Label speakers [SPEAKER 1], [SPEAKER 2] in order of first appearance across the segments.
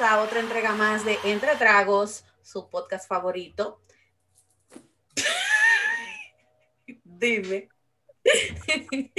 [SPEAKER 1] a otra entrega más de Entre Tragos, su podcast favorito. Dime. Hoy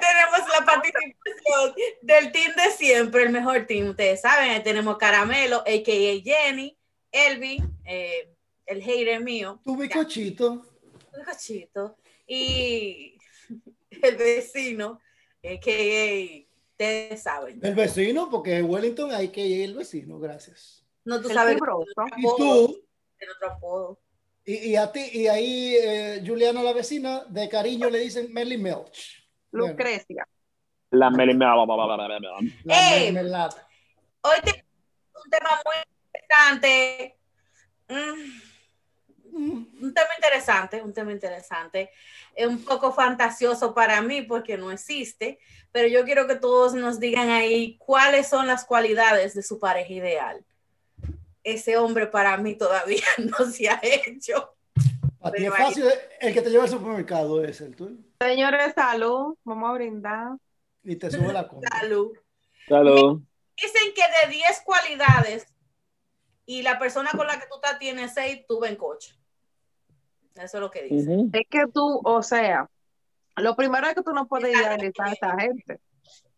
[SPEAKER 1] tenemos la participación del team de siempre, el mejor team. Ustedes saben, ahí tenemos Caramelo, a.k.a. Jenny, Elvin, eh, el hater mío.
[SPEAKER 2] Tu bicochito.
[SPEAKER 1] Tu bicochito. Y el vecino, a.k.a. Ustedes saben.
[SPEAKER 2] El vecino, porque en Wellington hay que ir el vecino, gracias.
[SPEAKER 1] No, tú
[SPEAKER 3] El
[SPEAKER 1] sabes.
[SPEAKER 3] fibroso.
[SPEAKER 1] que
[SPEAKER 2] Y
[SPEAKER 1] tiene otro apodo,
[SPEAKER 2] tú,
[SPEAKER 1] tiene otro apodo.
[SPEAKER 2] y, y a ti, y ahí eh, Juliana la vecina, de cariño le dicen Melly Melch. Bueno,
[SPEAKER 3] Lucrecia.
[SPEAKER 4] La mele- me- bla, bla, bla, bla, bla, bla.
[SPEAKER 2] la
[SPEAKER 1] ¡Eh!
[SPEAKER 2] mermelada.
[SPEAKER 1] Hoy tenemos un tema muy interesante. Mm,
[SPEAKER 2] Mm,
[SPEAKER 1] un tema interesante, un tema interesante. Es un poco fantasioso para mí porque no existe, pero yo quiero que todos nos digan ahí cuáles son las cualidades de su pareja ideal. Ese hombre para mí todavía no se ha hecho.
[SPEAKER 2] A ti
[SPEAKER 1] Pero
[SPEAKER 2] es
[SPEAKER 1] ahí-
[SPEAKER 2] fácil, el que te lleva al supermercado es el tuyo.
[SPEAKER 3] Señores, salud. Vamos a brindar.
[SPEAKER 2] Y te sube la compra.
[SPEAKER 1] Salud.
[SPEAKER 4] Salud.
[SPEAKER 1] Dicen que de 10 cualidades y la persona con la que tú estás tiene 6, tú ven coche. Eso es lo que dicen.
[SPEAKER 4] Ujú.
[SPEAKER 3] Es que tú, o sea, lo primero es que tú no puedes idealizar a esa gente.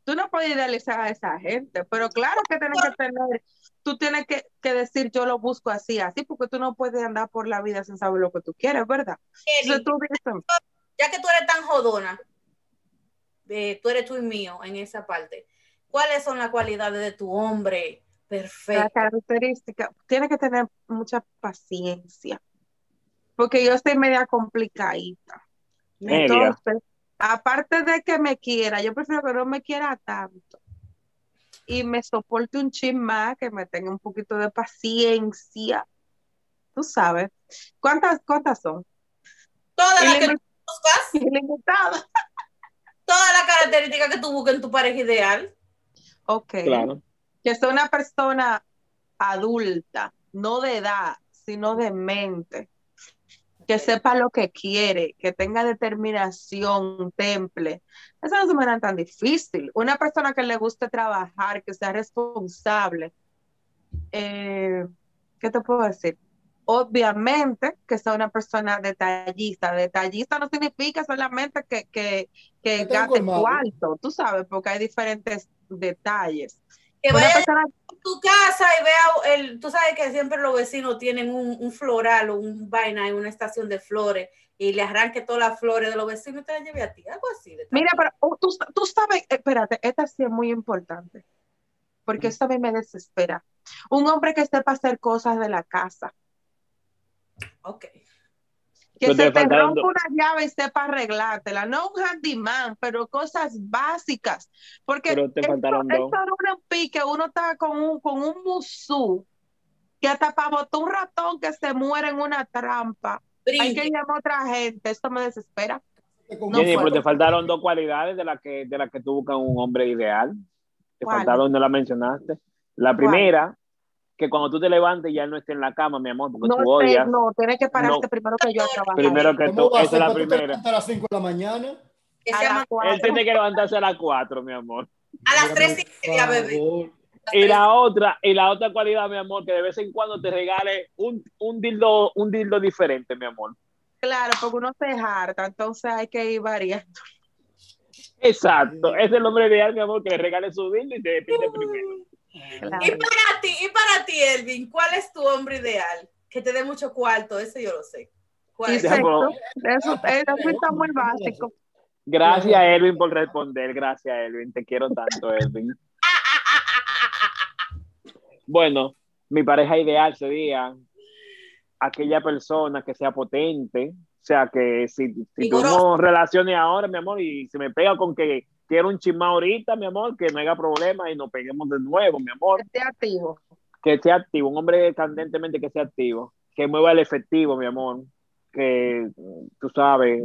[SPEAKER 3] Tú no puedes idealizar a esa gente, pero claro que tienes que tener, tú tienes que, que decir yo lo busco así, así, porque tú no puedes andar por la vida sin saber lo que tú quieres, ¿verdad?
[SPEAKER 1] Jenny,
[SPEAKER 3] Entonces tú dices,
[SPEAKER 1] ya que tú eres tan jodona, eh, tú eres tú y mío en esa parte. ¿Cuáles son las cualidades de tu hombre
[SPEAKER 3] la
[SPEAKER 1] perfecto?
[SPEAKER 3] característica, tienes que tener mucha paciencia, porque yo soy media complicadita.
[SPEAKER 4] Media.
[SPEAKER 3] Entonces, aparte de que me quiera, yo prefiero que no me quiera tanto y me soporte un chin más, que me tenga un poquito de paciencia. Tú sabes. ¿Cuántas, cuántas son?
[SPEAKER 1] Todas las que tú
[SPEAKER 3] Ilim-
[SPEAKER 1] buscas,
[SPEAKER 3] Ilimitadas.
[SPEAKER 1] todas las características que tú buscas en tu pareja ideal.
[SPEAKER 3] Ok.
[SPEAKER 4] Claro.
[SPEAKER 3] Que sea una persona adulta, no de edad, sino de mente. Que sepa lo que quiere, que tenga determinación, temple. Esas no se me dan tan difícil. Una persona que le guste trabajar, que sea responsable. Eh, ¿qué te puedo decir? Obviamente que sea una persona detallista. Detallista no significa solamente que, que,
[SPEAKER 2] Que
[SPEAKER 3] que
[SPEAKER 2] tenga un
[SPEAKER 3] gaste
[SPEAKER 2] colmado.
[SPEAKER 3] cuarto, tú sabes, porque hay diferentes detalles.
[SPEAKER 1] Que
[SPEAKER 3] Una
[SPEAKER 1] vaya
[SPEAKER 3] persona
[SPEAKER 1] a tu casa y vea, el, tú sabes que siempre los vecinos tienen un, un floral o un vaina en una estación de flores y le arranque todas las flores de los vecinos y te las lleve a ti. Algo así. de-
[SPEAKER 3] Mira, pero oh, tú, tú sabes, espérate, esta sí es muy importante, porque esto a mí me desespera. Un hombre que sepa hacer cosas de la casa,
[SPEAKER 1] Ok.
[SPEAKER 3] que
[SPEAKER 4] Pero Pues te
[SPEAKER 3] se te
[SPEAKER 4] faltaron
[SPEAKER 3] rompa
[SPEAKER 4] dos.
[SPEAKER 3] una llave y sepa arreglártela, no un handyman, pero cosas básicas, porque
[SPEAKER 4] Pero te
[SPEAKER 3] esto,
[SPEAKER 4] faltaron
[SPEAKER 3] esto
[SPEAKER 4] dos.
[SPEAKER 3] era un pique, uno está con un, con un musú, que hasta para botar un ratón que se muere en una trampa, hay que
[SPEAKER 1] Brille.
[SPEAKER 3] llamar a otra gente, esto me desespera.
[SPEAKER 2] Te compra.
[SPEAKER 4] Jenny,
[SPEAKER 3] puedo.
[SPEAKER 4] pero te faltaron dos cualidades de las que, de las que tú buscas un hombre ideal. Te
[SPEAKER 3] ¿Cuál?
[SPEAKER 4] faltaron, no la mencionaste. La primera, que cuando tú te levantes ya él no esté en la cama, mi amor, porque
[SPEAKER 3] No,
[SPEAKER 4] Pues tú
[SPEAKER 3] te-
[SPEAKER 4] odias.
[SPEAKER 3] no, tienes que pararte
[SPEAKER 4] No.
[SPEAKER 3] primero que yo a trabajar.
[SPEAKER 4] Primero que
[SPEAKER 2] ¿Cómo
[SPEAKER 4] tú,
[SPEAKER 2] va a
[SPEAKER 4] esa es
[SPEAKER 2] ser
[SPEAKER 4] la
[SPEAKER 2] cuando te
[SPEAKER 4] primera.
[SPEAKER 2] levantas a las 5 de la mañana?
[SPEAKER 1] Que
[SPEAKER 3] A
[SPEAKER 1] sea
[SPEAKER 3] las
[SPEAKER 1] más-
[SPEAKER 4] Él
[SPEAKER 3] cuatro.
[SPEAKER 4] tiene que levantarse a las cuatro, mi amor.
[SPEAKER 1] a las
[SPEAKER 2] Mira,
[SPEAKER 1] tres y
[SPEAKER 2] por
[SPEAKER 1] media, bebé.
[SPEAKER 2] favor.
[SPEAKER 1] Las
[SPEAKER 4] Y
[SPEAKER 1] tres-
[SPEAKER 4] la otra, y la otra cualidad, mi amor, que de vez en cuando te regale un, un dildo, un dildo diferente, mi amor.
[SPEAKER 3] Claro, porque uno se harta, entonces hay que ir variando.
[SPEAKER 4] Exacto. Ese es el hombre ideal, mi amor, que le regale su dildo y te despide primero.
[SPEAKER 1] Y para ti, y para ti, Elvin, ¿cuál es tu hombre ideal? Que te dé mucho cuarto, eso yo lo sé. ¿Cuál
[SPEAKER 3] Y
[SPEAKER 1] es?
[SPEAKER 4] Deja
[SPEAKER 3] sexo,
[SPEAKER 4] por-
[SPEAKER 3] eso, eso está muy básico.
[SPEAKER 4] Gracias, Elvin, por responder. Gracias, Elvin. Te quiero tanto, Elvin. Bueno, mi pareja ideal sería aquella persona que sea potente. O sea, que si, si
[SPEAKER 1] Vigorosa.
[SPEAKER 4] tuvimos relaciones ahora, mi amor, y se me pega con que quiero un chisma ahorita, mi amor, que no haya problema y nos peguemos de nuevo, mi amor.
[SPEAKER 3] que esté activo.
[SPEAKER 4] Que sea activo, un hombre candentemente que sea activo. Que mueva el efectivo, mi amor. Que tú sabes,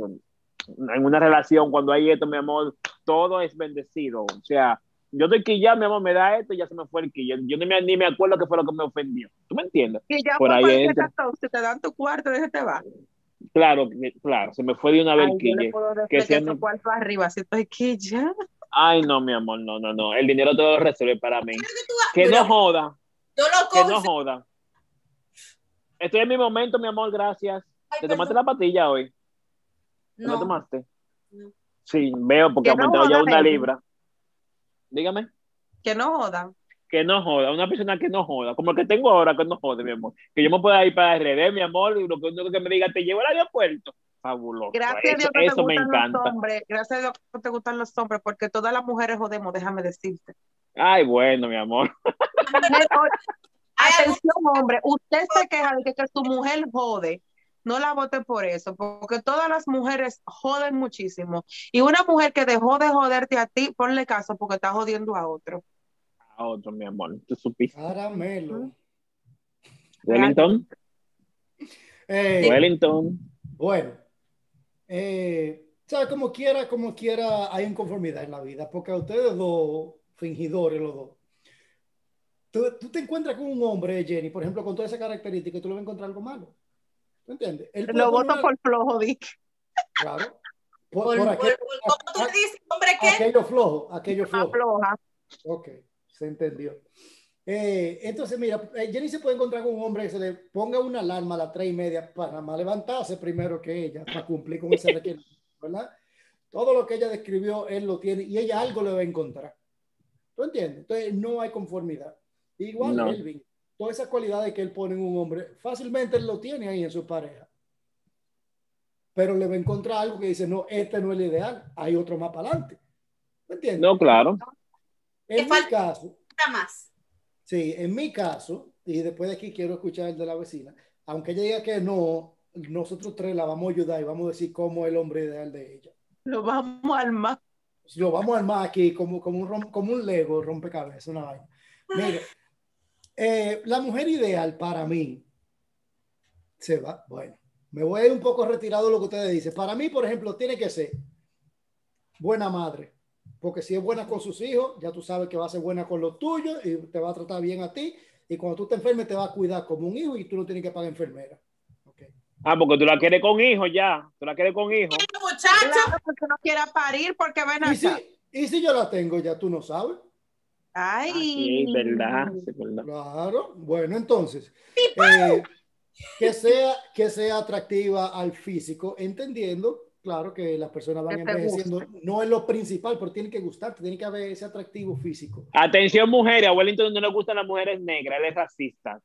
[SPEAKER 4] en una relación, cuando hay esto, mi amor, todo es bendecido. O sea, yo estoy quillado, mi amor, me da esto y ya se me fue el quillo. Yo ni me, ni me acuerdo qué fue lo que me ofendió. ¿Tú me entiendes?
[SPEAKER 3] Y ya
[SPEAKER 4] Por
[SPEAKER 3] por
[SPEAKER 4] ahí
[SPEAKER 3] cualquier
[SPEAKER 4] entra.
[SPEAKER 3] razón, si te dan tu cuarto, déjate te va.
[SPEAKER 4] Claro, que- claro, se me fue de una vez
[SPEAKER 3] Ay, yo
[SPEAKER 4] el
[SPEAKER 3] le
[SPEAKER 4] quille.
[SPEAKER 3] puedo decir
[SPEAKER 4] Que
[SPEAKER 3] que
[SPEAKER 4] sea
[SPEAKER 3] su
[SPEAKER 4] un-
[SPEAKER 3] cuarto arriba, si estoy aquí ya.
[SPEAKER 4] Ay, no, mi amor, no, no, no. El dinero todo lo resuelve para mí.
[SPEAKER 1] Creo que tú-
[SPEAKER 4] Que
[SPEAKER 1] mira,
[SPEAKER 4] no joda,
[SPEAKER 1] yo lo
[SPEAKER 4] que
[SPEAKER 1] cojo. y
[SPEAKER 4] no
[SPEAKER 1] se-
[SPEAKER 4] joda. Estoy en mi momento, mi amor, gracias.
[SPEAKER 1] Ay,
[SPEAKER 4] ¿Te tomaste
[SPEAKER 1] perdón.
[SPEAKER 4] la patilla hoy? ¿No, la
[SPEAKER 1] No,
[SPEAKER 4] tomaste?
[SPEAKER 1] No.
[SPEAKER 4] Sí, veo porque ha
[SPEAKER 3] Que no
[SPEAKER 4] aumentado ya
[SPEAKER 3] joda,
[SPEAKER 4] una
[SPEAKER 3] baby.
[SPEAKER 4] libra. Dígame.
[SPEAKER 3] Que no jodan.
[SPEAKER 4] Que no joda, una persona que no joda, como el que tengo ahora, que no jode, mi amor. Que yo me pueda ir para RD, mi amor, y lo que único que me diga, te llevo al aeropuerto. Fabuloso.
[SPEAKER 3] Gracias a
[SPEAKER 4] eso
[SPEAKER 3] Dios que te
[SPEAKER 4] eso me
[SPEAKER 3] gustan los
[SPEAKER 4] encanta.
[SPEAKER 3] hombres. Gracias a Dios que te gustan los hombres, porque todas las mujeres jodemos, déjame decirte.
[SPEAKER 4] Ay, bueno, mi amor.
[SPEAKER 1] hay algún-
[SPEAKER 3] Atención, hombre, usted se queja de que, que su mujer jode. No la vote por eso, porque todas las mujeres joden muchísimo. Y una mujer que dejó de joderte a ti, ponle caso porque está jodiendo a otro.
[SPEAKER 4] A otro, mi amor. Tú supiste.
[SPEAKER 2] Caramelo.
[SPEAKER 4] Wellington,
[SPEAKER 2] Eh,
[SPEAKER 4] Wellington.
[SPEAKER 2] Bueno, eh, ¿sabes? Como quiera, como quiera, hay inconformidad en la vida, porque a ustedes dos, fingidores los dos, tú, tú te encuentras con un hombre, Jenny, por ejemplo, con toda esa característica, y tú le vas a encontrar algo malo. ¿Tú entiendes? Él puede poner
[SPEAKER 3] Lo voto
[SPEAKER 2] una-
[SPEAKER 3] por flojo, Dick.
[SPEAKER 2] Claro. Por,
[SPEAKER 1] por-
[SPEAKER 2] por aquel-
[SPEAKER 1] por- por- ¿Cómo tú dices, hombre, qué?
[SPEAKER 2] aquello flojo, aquello
[SPEAKER 3] Más
[SPEAKER 2] flojo.
[SPEAKER 3] floja.
[SPEAKER 2] Ok, se entendió. Eh, entonces, mira, eh, Jenny se puede encontrar con un hombre que se le ponga una alarma a las tres y media para más levantarse primero que ella, para cumplir con ese requerimiento, ¿verdad? Todo lo que ella describió, él lo tiene y ella algo le va a encontrar. ¿Tú entiendes? Entonces, no hay conformidad. Igual,
[SPEAKER 4] No.
[SPEAKER 2] Elvin, todas esas cualidades que él pone en un hombre, fácilmente él lo tiene ahí en su pareja. Pero le va a encontrar algo que dice, no, este no es el ideal, hay otro más para adelante. ¿Tú entiendes?
[SPEAKER 4] No, claro.
[SPEAKER 1] Que
[SPEAKER 2] en mi
[SPEAKER 1] falta-
[SPEAKER 2] caso,
[SPEAKER 1] Nada más.
[SPEAKER 2] Sí, en mi caso, y después de aquí quiero escuchar el de la vecina, aunque ella diga que no, nosotros tres la vamos a ayudar y vamos a decir cómo es el hombre ideal de ella.
[SPEAKER 3] Lo vamos al más.
[SPEAKER 2] Si Lo vamos a armar aquí como, como, un, rom- como un Lego rompecabezas, una vaina. Mira, eh, la mujer ideal para mí se va, bueno, me voy a ir un poco retirado de lo que ustedes dicen. Para mí, por ejemplo, tiene que ser buena madre, porque si es buena con sus hijos, ya tú sabes que va a ser buena con los tuyos y te va a tratar bien a ti. Y cuando tú te enfermes, te va a cuidar como un hijo y tú no tienes que pagar enfermera. Ok.
[SPEAKER 4] Ah, porque tú la quieres con hijo ya. Tú la quieres con hijo.
[SPEAKER 1] Muchacho,
[SPEAKER 3] Claro, porque no quiera parir, porque ven acá.
[SPEAKER 2] Y, si, y si yo la tengo, ya tú no sabes.
[SPEAKER 3] Ay.
[SPEAKER 4] Ah, Sí, es verdad. sí, es verdad.
[SPEAKER 2] Claro, bueno, entonces,
[SPEAKER 3] pues.
[SPEAKER 2] eh, que, sea, que sea atractiva al físico, entendiendo, claro, que las personas van
[SPEAKER 3] Que te
[SPEAKER 2] envejeciendo, no es lo principal, pero tiene que gustarte, tiene que haber ese atractivo físico.
[SPEAKER 4] Atención, mujeres. A Wellington no le gustan las mujeres negras. Él es racista.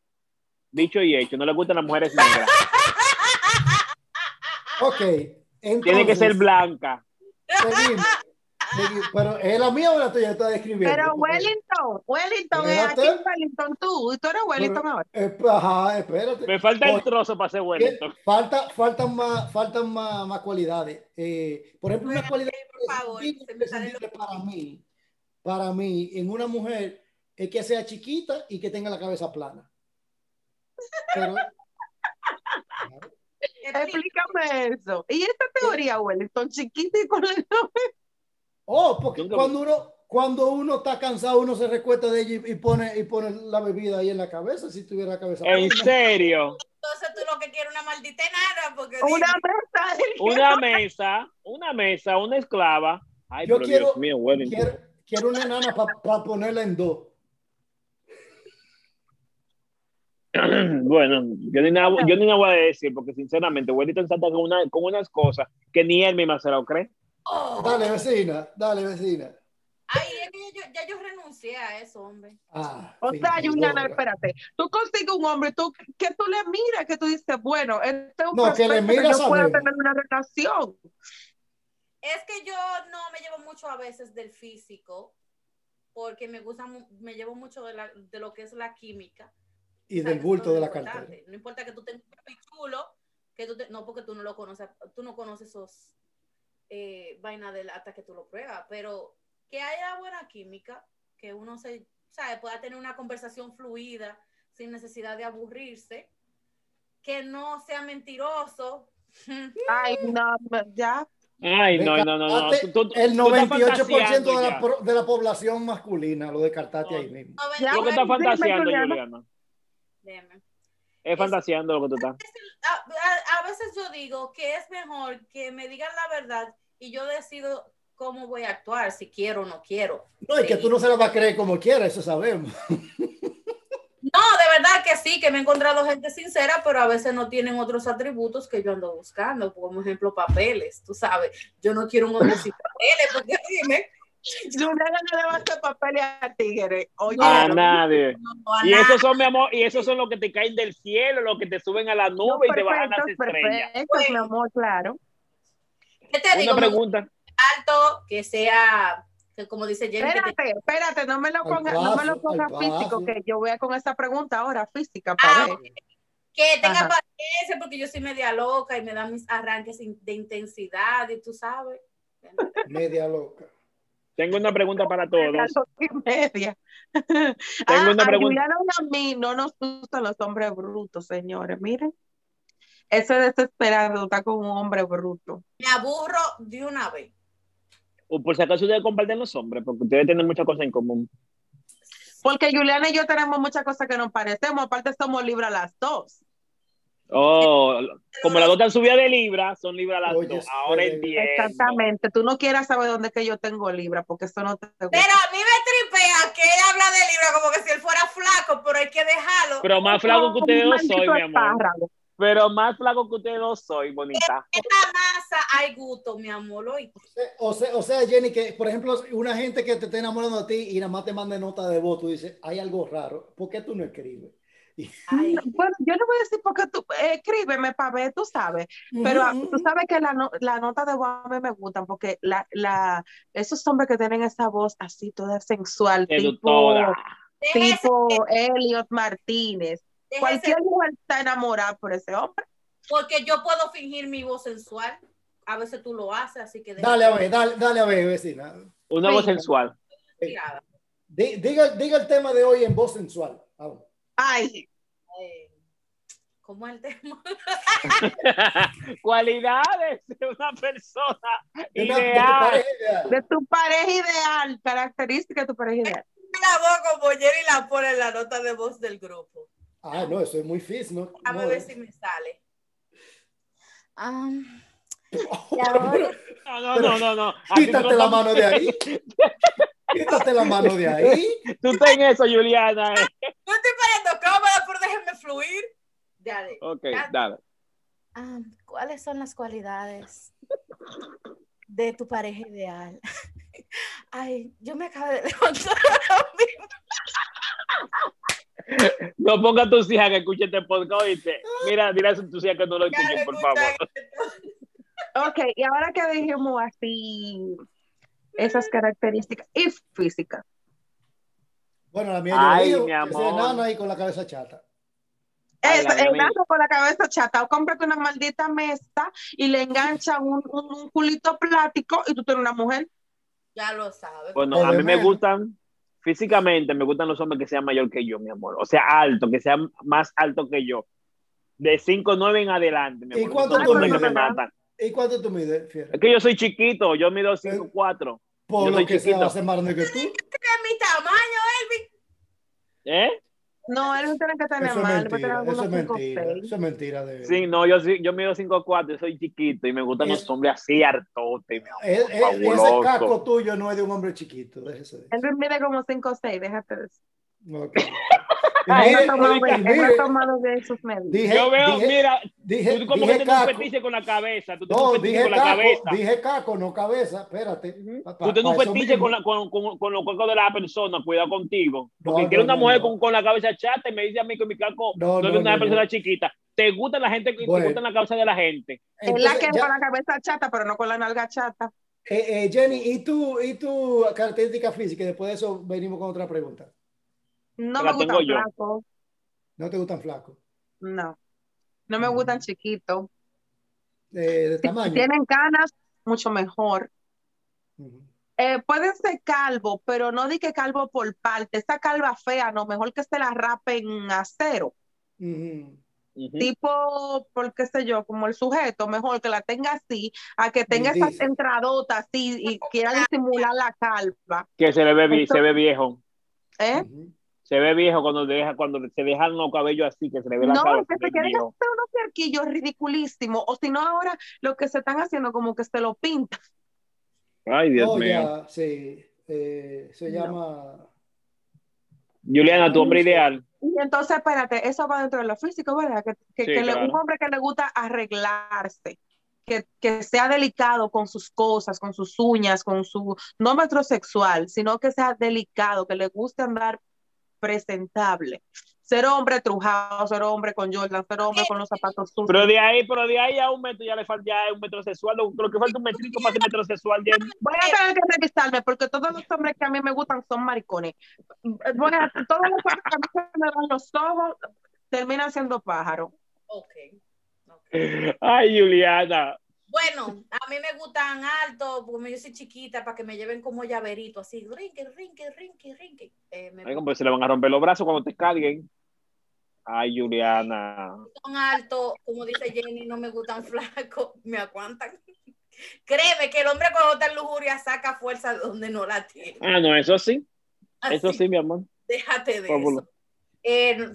[SPEAKER 4] Dicho y hecho, no le gustan las mujeres negras.
[SPEAKER 3] Ah,
[SPEAKER 2] Ok, entonces.
[SPEAKER 4] Tiene que ser blanca.
[SPEAKER 2] seguimos, seguimos, pero es la mía o la tuya, está describiendo.
[SPEAKER 3] Pero
[SPEAKER 2] Porque-
[SPEAKER 3] Wellington, Wellington es aquí,
[SPEAKER 2] Espérate.
[SPEAKER 3] Wellington tú. Y tú eres Wellington ahora.
[SPEAKER 2] Eh, ajá, espérate.
[SPEAKER 4] Me falta
[SPEAKER 2] Oye,
[SPEAKER 4] el trozo para ser Wellington.
[SPEAKER 2] Falta, faltan más, faltan más, más cualidades. Eh, por ejemplo, una cualidad
[SPEAKER 1] por favor, se me sale
[SPEAKER 2] imprescindible para mí, para mí, en una mujer, es que sea chiquita y que tenga la cabeza plana. Pero,
[SPEAKER 3] Explícame eso. Y esta teoría, Wellington, chiquita y con el
[SPEAKER 2] oh, porque
[SPEAKER 4] Nunca-
[SPEAKER 2] cuando uno, cuando uno está cansado, uno se recuesta de ella y, y pone, y pone la bebida ahí en la cabeza, si tuviera la cabeza
[SPEAKER 4] En
[SPEAKER 2] plana.
[SPEAKER 4] serio.
[SPEAKER 1] entonces tú lo que quieres es una maldita enana, porque dime,
[SPEAKER 3] una mesa.
[SPEAKER 4] Una mesa, una mesa, una esclava. Ay,
[SPEAKER 2] Yo
[SPEAKER 4] pero
[SPEAKER 2] quiero-
[SPEAKER 4] Dios mío, Wellington.
[SPEAKER 2] Quiero, quiero una enana para ponerla en dos.
[SPEAKER 4] Bueno, yo ni, nada,
[SPEAKER 2] Ah.
[SPEAKER 4] yo ni nada voy a decir, porque sinceramente, Wellington salta con, una, con unas cosas que ni él mismo se lo cree.
[SPEAKER 1] oh,
[SPEAKER 2] Dale, vecina, dale, vecina.
[SPEAKER 1] ay, es que yo, ya yo renuncié a eso, hombre.
[SPEAKER 2] Ah,
[SPEAKER 3] O sea, hay un
[SPEAKER 2] fingidora.
[SPEAKER 3] nana, espérate. Tú consigues un hombre, tú, que tú le miras, que tú dices, bueno, este es un
[SPEAKER 2] No, que le
[SPEAKER 3] prospecto
[SPEAKER 2] miras
[SPEAKER 3] yo
[SPEAKER 2] a
[SPEAKER 3] pueda
[SPEAKER 2] ver.
[SPEAKER 3] tener una relación.
[SPEAKER 1] Es que yo no me llevo mucho a veces del físico, porque me gusta, mu- me llevo mucho de, la- de lo que es la química.
[SPEAKER 2] y
[SPEAKER 1] O sea,
[SPEAKER 2] del
[SPEAKER 1] que
[SPEAKER 2] bulto
[SPEAKER 1] eso
[SPEAKER 2] de
[SPEAKER 1] es lo
[SPEAKER 2] la
[SPEAKER 1] importante.
[SPEAKER 2] cartera.
[SPEAKER 1] No importa que tú tengas un papi chulo, que tú te- no, porque tú no lo conoces, tú no conoces esos eh, vainas del hasta que tú lo pruebas, pero que haya buena química, que uno se, sabe, pueda tener una conversación fluida sin necesidad de aburrirse, que no sea mentiroso.
[SPEAKER 3] Ay,
[SPEAKER 2] Mm.
[SPEAKER 3] no, me- ya.
[SPEAKER 4] Ay, no, no, no, no.
[SPEAKER 2] Descartaste
[SPEAKER 4] Tú- tú-
[SPEAKER 2] El
[SPEAKER 4] tú estás
[SPEAKER 2] 98% de
[SPEAKER 4] fantaseando
[SPEAKER 2] la,
[SPEAKER 4] ya.
[SPEAKER 2] pro- de la población masculina, lo descartaste ahí mismo.
[SPEAKER 4] Tú Lo que
[SPEAKER 3] está
[SPEAKER 4] estás fantaseando,
[SPEAKER 3] Dime, Juliana.
[SPEAKER 4] Juliana.
[SPEAKER 1] Deme.
[SPEAKER 4] Es fantaseando lo que tú estás.
[SPEAKER 1] a, a- a veces yo digo que es mejor que me digan la verdad y yo decido cómo voy a actuar, si quiero o no quiero.
[SPEAKER 2] No, es que tú no se la vas a creer como quieras, eso sabemos.
[SPEAKER 1] No, de verdad que sí, que me he encontrado gente sincera, pero a veces no tienen otros atributos que yo ando buscando, como ejemplo papeles, tú sabes. Yo no quiero un hombre sin papeles, porque dime.
[SPEAKER 3] Luna no le va a hacer papeles a Tigre. Oye,
[SPEAKER 4] a
[SPEAKER 3] no,
[SPEAKER 4] nadie.
[SPEAKER 1] No, a
[SPEAKER 4] Y
[SPEAKER 1] nada.
[SPEAKER 4] esos son, mi amor, y esos son los que te caen del cielo, los que te suben a la nube y te bajan las
[SPEAKER 3] perfectos,
[SPEAKER 4] estrellas.
[SPEAKER 3] perfectos, mi amor, claro.
[SPEAKER 1] ¿Qué te digo?
[SPEAKER 4] Una
[SPEAKER 1] Me
[SPEAKER 4] pregunta.
[SPEAKER 1] gusta alto, que sea, que como dice Jenny, que te-
[SPEAKER 3] Espérate, espérate, no me lo
[SPEAKER 2] Al
[SPEAKER 3] ponga, no me
[SPEAKER 2] paso,
[SPEAKER 3] lo ponga
[SPEAKER 2] al
[SPEAKER 3] físico,
[SPEAKER 2] paso.
[SPEAKER 3] que yo voy a con esa pregunta ahora, física,
[SPEAKER 1] Ah,
[SPEAKER 3] para ver.
[SPEAKER 1] que tenga
[SPEAKER 3] Ajá.
[SPEAKER 1] paciencia, porque yo soy media loca y me dan mis arranques in- de intensidad, y tú sabes.
[SPEAKER 2] Media loca.
[SPEAKER 4] Tengo una pregunta para
[SPEAKER 3] Las
[SPEAKER 4] todos.
[SPEAKER 3] dos y media.
[SPEAKER 4] Tengo
[SPEAKER 3] Ah,
[SPEAKER 4] una
[SPEAKER 3] a
[SPEAKER 4] pregunta.
[SPEAKER 3] Juliana y a mí no nos gustan los hombres brutos, señores. Miren, ese desesperado está con un hombre bruto.
[SPEAKER 1] Me aburro de una vez.
[SPEAKER 4] O Uh, por si acaso ustedes comparten los hombres, porque ustedes tienen muchas cosas en común.
[SPEAKER 3] Porque Juliana y yo tenemos muchas cosas que nos parecemos, aparte somos libras las dos.
[SPEAKER 4] Oh, como las dos están subidas de libra, son libras las
[SPEAKER 2] Oye,
[SPEAKER 4] dos. Ahora
[SPEAKER 2] sí.
[SPEAKER 4] entiendo.
[SPEAKER 3] Exactamente. Tú no quieras saber dónde es que yo tengo libra, porque eso no te gusta.
[SPEAKER 1] Pero a mí me tripea que él habla de libro como que si él fuera flaco, pero hay que dejarlo.
[SPEAKER 4] Pero más flaco que ustedes
[SPEAKER 3] Un
[SPEAKER 4] dos soy,
[SPEAKER 3] maldito
[SPEAKER 4] mi amor.
[SPEAKER 3] espárrago.
[SPEAKER 4] Pero más flaco que ustedes dos soy, bonita.
[SPEAKER 1] Esta masa hay gusto, mi amor. oíste.
[SPEAKER 2] O sea, o sea, Jenny, que por ejemplo, una gente que te está enamorando de ti y nada más te manda nota de voz, tú dices, hay algo raro, ¿por qué tú no escribes?
[SPEAKER 1] Ay.
[SPEAKER 3] Bueno, yo no voy a decir porque tú eh, escríbeme para ver, tú sabes. Pero ah, tú sabes que la, no- la nota de voz a mí me gustan porque la, la, esos hombres que tienen esa voz así toda sensual, tipo,
[SPEAKER 4] Seductora.
[SPEAKER 1] Déjese-
[SPEAKER 3] tipo Elliot Martínez.
[SPEAKER 1] déjese,
[SPEAKER 3] Cualquier mujer está enamorada por ese hombre.
[SPEAKER 1] porque yo puedo fingir mi voz sensual. A veces tú lo haces, así que déjese
[SPEAKER 2] Dale a ver, dale, dale a ver, vecina.
[SPEAKER 4] Una voz
[SPEAKER 3] Venga.
[SPEAKER 4] sensual.
[SPEAKER 1] tirada.
[SPEAKER 2] Di- Diga, diga el tema de hoy en voz sensual. Vamos.
[SPEAKER 3] Ay,
[SPEAKER 1] Eh, ¿Cómo es el tema?
[SPEAKER 4] Cualidades de una persona
[SPEAKER 2] De una- de tu pareja
[SPEAKER 4] ideal.
[SPEAKER 2] ideal.
[SPEAKER 3] de tu pareja ideal, característica de tu pareja ideal.
[SPEAKER 1] La voz como Jerry la pone en la nota de voz del grupo.
[SPEAKER 2] Ah, no, eso es muy fizz, ¿no?
[SPEAKER 1] A
[SPEAKER 2] No,
[SPEAKER 1] ver
[SPEAKER 2] eh.
[SPEAKER 1] si me sale. Am,
[SPEAKER 4] No, no, no, no. no. Así tú
[SPEAKER 2] Quítate
[SPEAKER 4] no
[SPEAKER 2] la
[SPEAKER 4] estás-
[SPEAKER 2] mano de ahí. Quítate la mano de ahí.
[SPEAKER 4] Tú ten eso, Juliana. eh.
[SPEAKER 1] no estoy parando cámara, pero déjenme fluir. Dale.
[SPEAKER 4] Ok, dale.
[SPEAKER 1] Am, um, ¿Cuáles son las cualidades de tu pareja ideal? Ay, yo me acabo de levantar. ahora mismo.
[SPEAKER 4] No ponga a tus hijas que escuchen este podcast, ¿oíste? Mira, dile a tus hijas que no lo
[SPEAKER 1] Ya
[SPEAKER 4] escuchen,
[SPEAKER 1] le
[SPEAKER 4] por
[SPEAKER 1] gusta
[SPEAKER 4] favor.
[SPEAKER 1] esto.
[SPEAKER 3] Ok, y ahora que dijimos así, esas características y física.
[SPEAKER 2] Bueno, la mía
[SPEAKER 4] Ay,
[SPEAKER 2] yo digo,
[SPEAKER 4] mi
[SPEAKER 2] que
[SPEAKER 4] amor.
[SPEAKER 2] sea enana y con la cabeza chata.
[SPEAKER 4] Ay,
[SPEAKER 3] Es,
[SPEAKER 4] la
[SPEAKER 3] el
[SPEAKER 4] mía.
[SPEAKER 3] naco con la cabeza chata, o cómprate una maldita mesa y le engancha un, un- un culito plástico y tú tienes una mujer.
[SPEAKER 1] Ya lo sabes.
[SPEAKER 4] Bueno,
[SPEAKER 2] Por
[SPEAKER 4] a
[SPEAKER 2] lo
[SPEAKER 4] mí me
[SPEAKER 2] menos.
[SPEAKER 4] gustan, físicamente me gustan los hombres que sean mayor que yo, mi amor. O sea, alto, que sean más alto que yo. De 5'9 en adelante, mi
[SPEAKER 2] ¿Y
[SPEAKER 4] amor. Esos
[SPEAKER 2] cuánto
[SPEAKER 4] son
[SPEAKER 3] tú
[SPEAKER 4] hombres que me
[SPEAKER 3] mides?
[SPEAKER 4] matan.
[SPEAKER 2] ¿Y cuánto tú mides, fiera?
[SPEAKER 4] Es que yo soy chiquito, yo mido 5'4.
[SPEAKER 2] Por
[SPEAKER 4] yo
[SPEAKER 2] lo
[SPEAKER 4] soy
[SPEAKER 2] que sea,
[SPEAKER 4] chiquito.
[SPEAKER 2] va a ser más grande que tú.
[SPEAKER 1] ¿Qué es mi tamaño?
[SPEAKER 4] ¿Eh?
[SPEAKER 3] No, él no tiene que tener
[SPEAKER 2] Eso es
[SPEAKER 3] mal, él va a tener
[SPEAKER 2] mentira, eso
[SPEAKER 3] algunos
[SPEAKER 2] es
[SPEAKER 3] cinco
[SPEAKER 2] mentira,
[SPEAKER 3] seis.
[SPEAKER 2] eso es mentira de
[SPEAKER 4] Sí, no, yo, sí- yo mido 5'4, yo soy chiquito y me gustan
[SPEAKER 2] Es-
[SPEAKER 4] los hombres así hartotes, mi amor.
[SPEAKER 2] E- e-
[SPEAKER 4] Fabuloso.
[SPEAKER 2] ese casco tuyo no es de un hombre chiquito, déjese de
[SPEAKER 3] Él mide como cinco o seis, déjate de eso.
[SPEAKER 2] eso. Ok. Y
[SPEAKER 4] Ay,
[SPEAKER 3] Él
[SPEAKER 2] mire,
[SPEAKER 3] ha tomado,
[SPEAKER 2] y
[SPEAKER 3] él
[SPEAKER 2] mire,
[SPEAKER 3] ha tomado bien sus medidas.
[SPEAKER 2] dije,
[SPEAKER 4] Yo veo,
[SPEAKER 2] dije,
[SPEAKER 4] mira,
[SPEAKER 2] dije,
[SPEAKER 4] tú como que
[SPEAKER 2] dije
[SPEAKER 4] tienes un
[SPEAKER 2] caco,
[SPEAKER 4] fetiche con la cabeza, tú tienes
[SPEAKER 2] no,
[SPEAKER 4] un fetiche
[SPEAKER 2] dije
[SPEAKER 4] con la
[SPEAKER 2] caco,
[SPEAKER 4] cabeza.
[SPEAKER 2] dije caco, no cabeza, espérate. Pa- pa-
[SPEAKER 4] Tú tienes un
[SPEAKER 2] pa eso
[SPEAKER 4] fetiche
[SPEAKER 2] mismo.
[SPEAKER 4] con, la, con, con, con los cuerpos de la persona, cuidado contigo.
[SPEAKER 2] No,
[SPEAKER 4] Porque
[SPEAKER 2] no,
[SPEAKER 4] quiero una
[SPEAKER 2] no,
[SPEAKER 4] mujer
[SPEAKER 2] no.
[SPEAKER 4] Con, con la cabeza chata y me dice a mí que mi caco no,
[SPEAKER 2] No,
[SPEAKER 4] es de
[SPEAKER 2] no,
[SPEAKER 4] una
[SPEAKER 2] no,
[SPEAKER 4] persona
[SPEAKER 2] no.
[SPEAKER 4] chiquita. ¿Te gusta la gente que
[SPEAKER 2] Bueno.
[SPEAKER 4] te gusta la cabeza de la gente?
[SPEAKER 3] Es la
[SPEAKER 2] Entonces,
[SPEAKER 3] que
[SPEAKER 2] ya-
[SPEAKER 3] con la cabeza chata, pero no con la nalga chata.
[SPEAKER 2] eh, eh, Jenny, ¿y tu, ¿y tu característica física? Y Después de eso venimos con otra pregunta.
[SPEAKER 3] No
[SPEAKER 4] Te
[SPEAKER 3] me
[SPEAKER 4] la tengo
[SPEAKER 3] gustan
[SPEAKER 4] yo.
[SPEAKER 3] flacos,
[SPEAKER 2] ¿No te gustan flacos?
[SPEAKER 3] no. No me
[SPEAKER 2] Mm.
[SPEAKER 3] gustan chiquitos.
[SPEAKER 2] Eh, de
[SPEAKER 3] Si
[SPEAKER 2] tamaño.
[SPEAKER 3] tienen canas, mucho mejor.
[SPEAKER 2] Ujú.
[SPEAKER 3] Eh, pueden ser calvo, pero no di que calvo por parte. Esa calva fea, no, mejor que se la rapen a cero.
[SPEAKER 2] Ujú.
[SPEAKER 4] Ujú.
[SPEAKER 3] Tipo, por qué sé yo, como el sujeto, mejor que la tenga así, a que tenga esas
[SPEAKER 2] Lidiza.
[SPEAKER 3] entradotas así y quiera disimular la calva.
[SPEAKER 4] Que se le ve, vi-
[SPEAKER 3] Esto-
[SPEAKER 4] se ve viejo.
[SPEAKER 3] ¿eh?
[SPEAKER 2] Ujú.
[SPEAKER 4] Se ve viejo cuando, deja, cuando se dejan los cabellos así, que se le ve la
[SPEAKER 3] No,
[SPEAKER 4] cabeza.
[SPEAKER 3] y que
[SPEAKER 4] se
[SPEAKER 3] se
[SPEAKER 4] ve
[SPEAKER 3] quieren hacer
[SPEAKER 4] viejo.
[SPEAKER 3] unos cerquillos ridiculísimos. O si no, ahora lo que se están haciendo, como que se lo pintan.
[SPEAKER 4] Ay, Dios mío.
[SPEAKER 2] Goya, sí, eh, se
[SPEAKER 3] No.
[SPEAKER 2] llama.
[SPEAKER 4] Juliana, tu hombre ideal.
[SPEAKER 3] Y entonces, espérate, eso va dentro de lo físico, ¿verdad? Que, que-
[SPEAKER 4] Sí,
[SPEAKER 3] que le- un
[SPEAKER 4] claro.
[SPEAKER 3] hombre que le gusta arreglarse, que, que sea delicado con sus cosas, con sus uñas, con su, no metrosexual, sino que sea delicado, que le guste andar presentable. Ser hombre trujado, ser hombre con Jordan, ser hombre con los zapatos sucios.
[SPEAKER 4] Pero de ahí, pero de ahí a un metro ya le falta ya es un metrosexual. Lo lo que falta un metrico para ser metrosexual. ya-
[SPEAKER 3] Voy a tener que revisarme porque todos los hombres que a mí me gustan son maricones. Voy a- todos los hombres que a mí se me dan los ojos terminan siendo pájaros.
[SPEAKER 1] Ok. ok.
[SPEAKER 4] Ay, Juliana.
[SPEAKER 1] Bueno, a mí me gustan altos, porque yo soy chiquita, para que me lleven como llaverito, así, rinque, rinque, rinque, rinque. Eh, me
[SPEAKER 4] Ay, como se le van a romper los brazos cuando te carguen. Ay, Juliana.
[SPEAKER 1] gustan altos, como dice Jenny, no me gustan flacos, me aguantan. Créeme que el hombre cuando está en lujuria saca fuerza de donde no la tiene.
[SPEAKER 4] Ah, no, eso sí. Eso
[SPEAKER 1] Así
[SPEAKER 4] sí, mi amor.
[SPEAKER 1] Déjate de
[SPEAKER 4] Fabulo.
[SPEAKER 1] eso. Eh,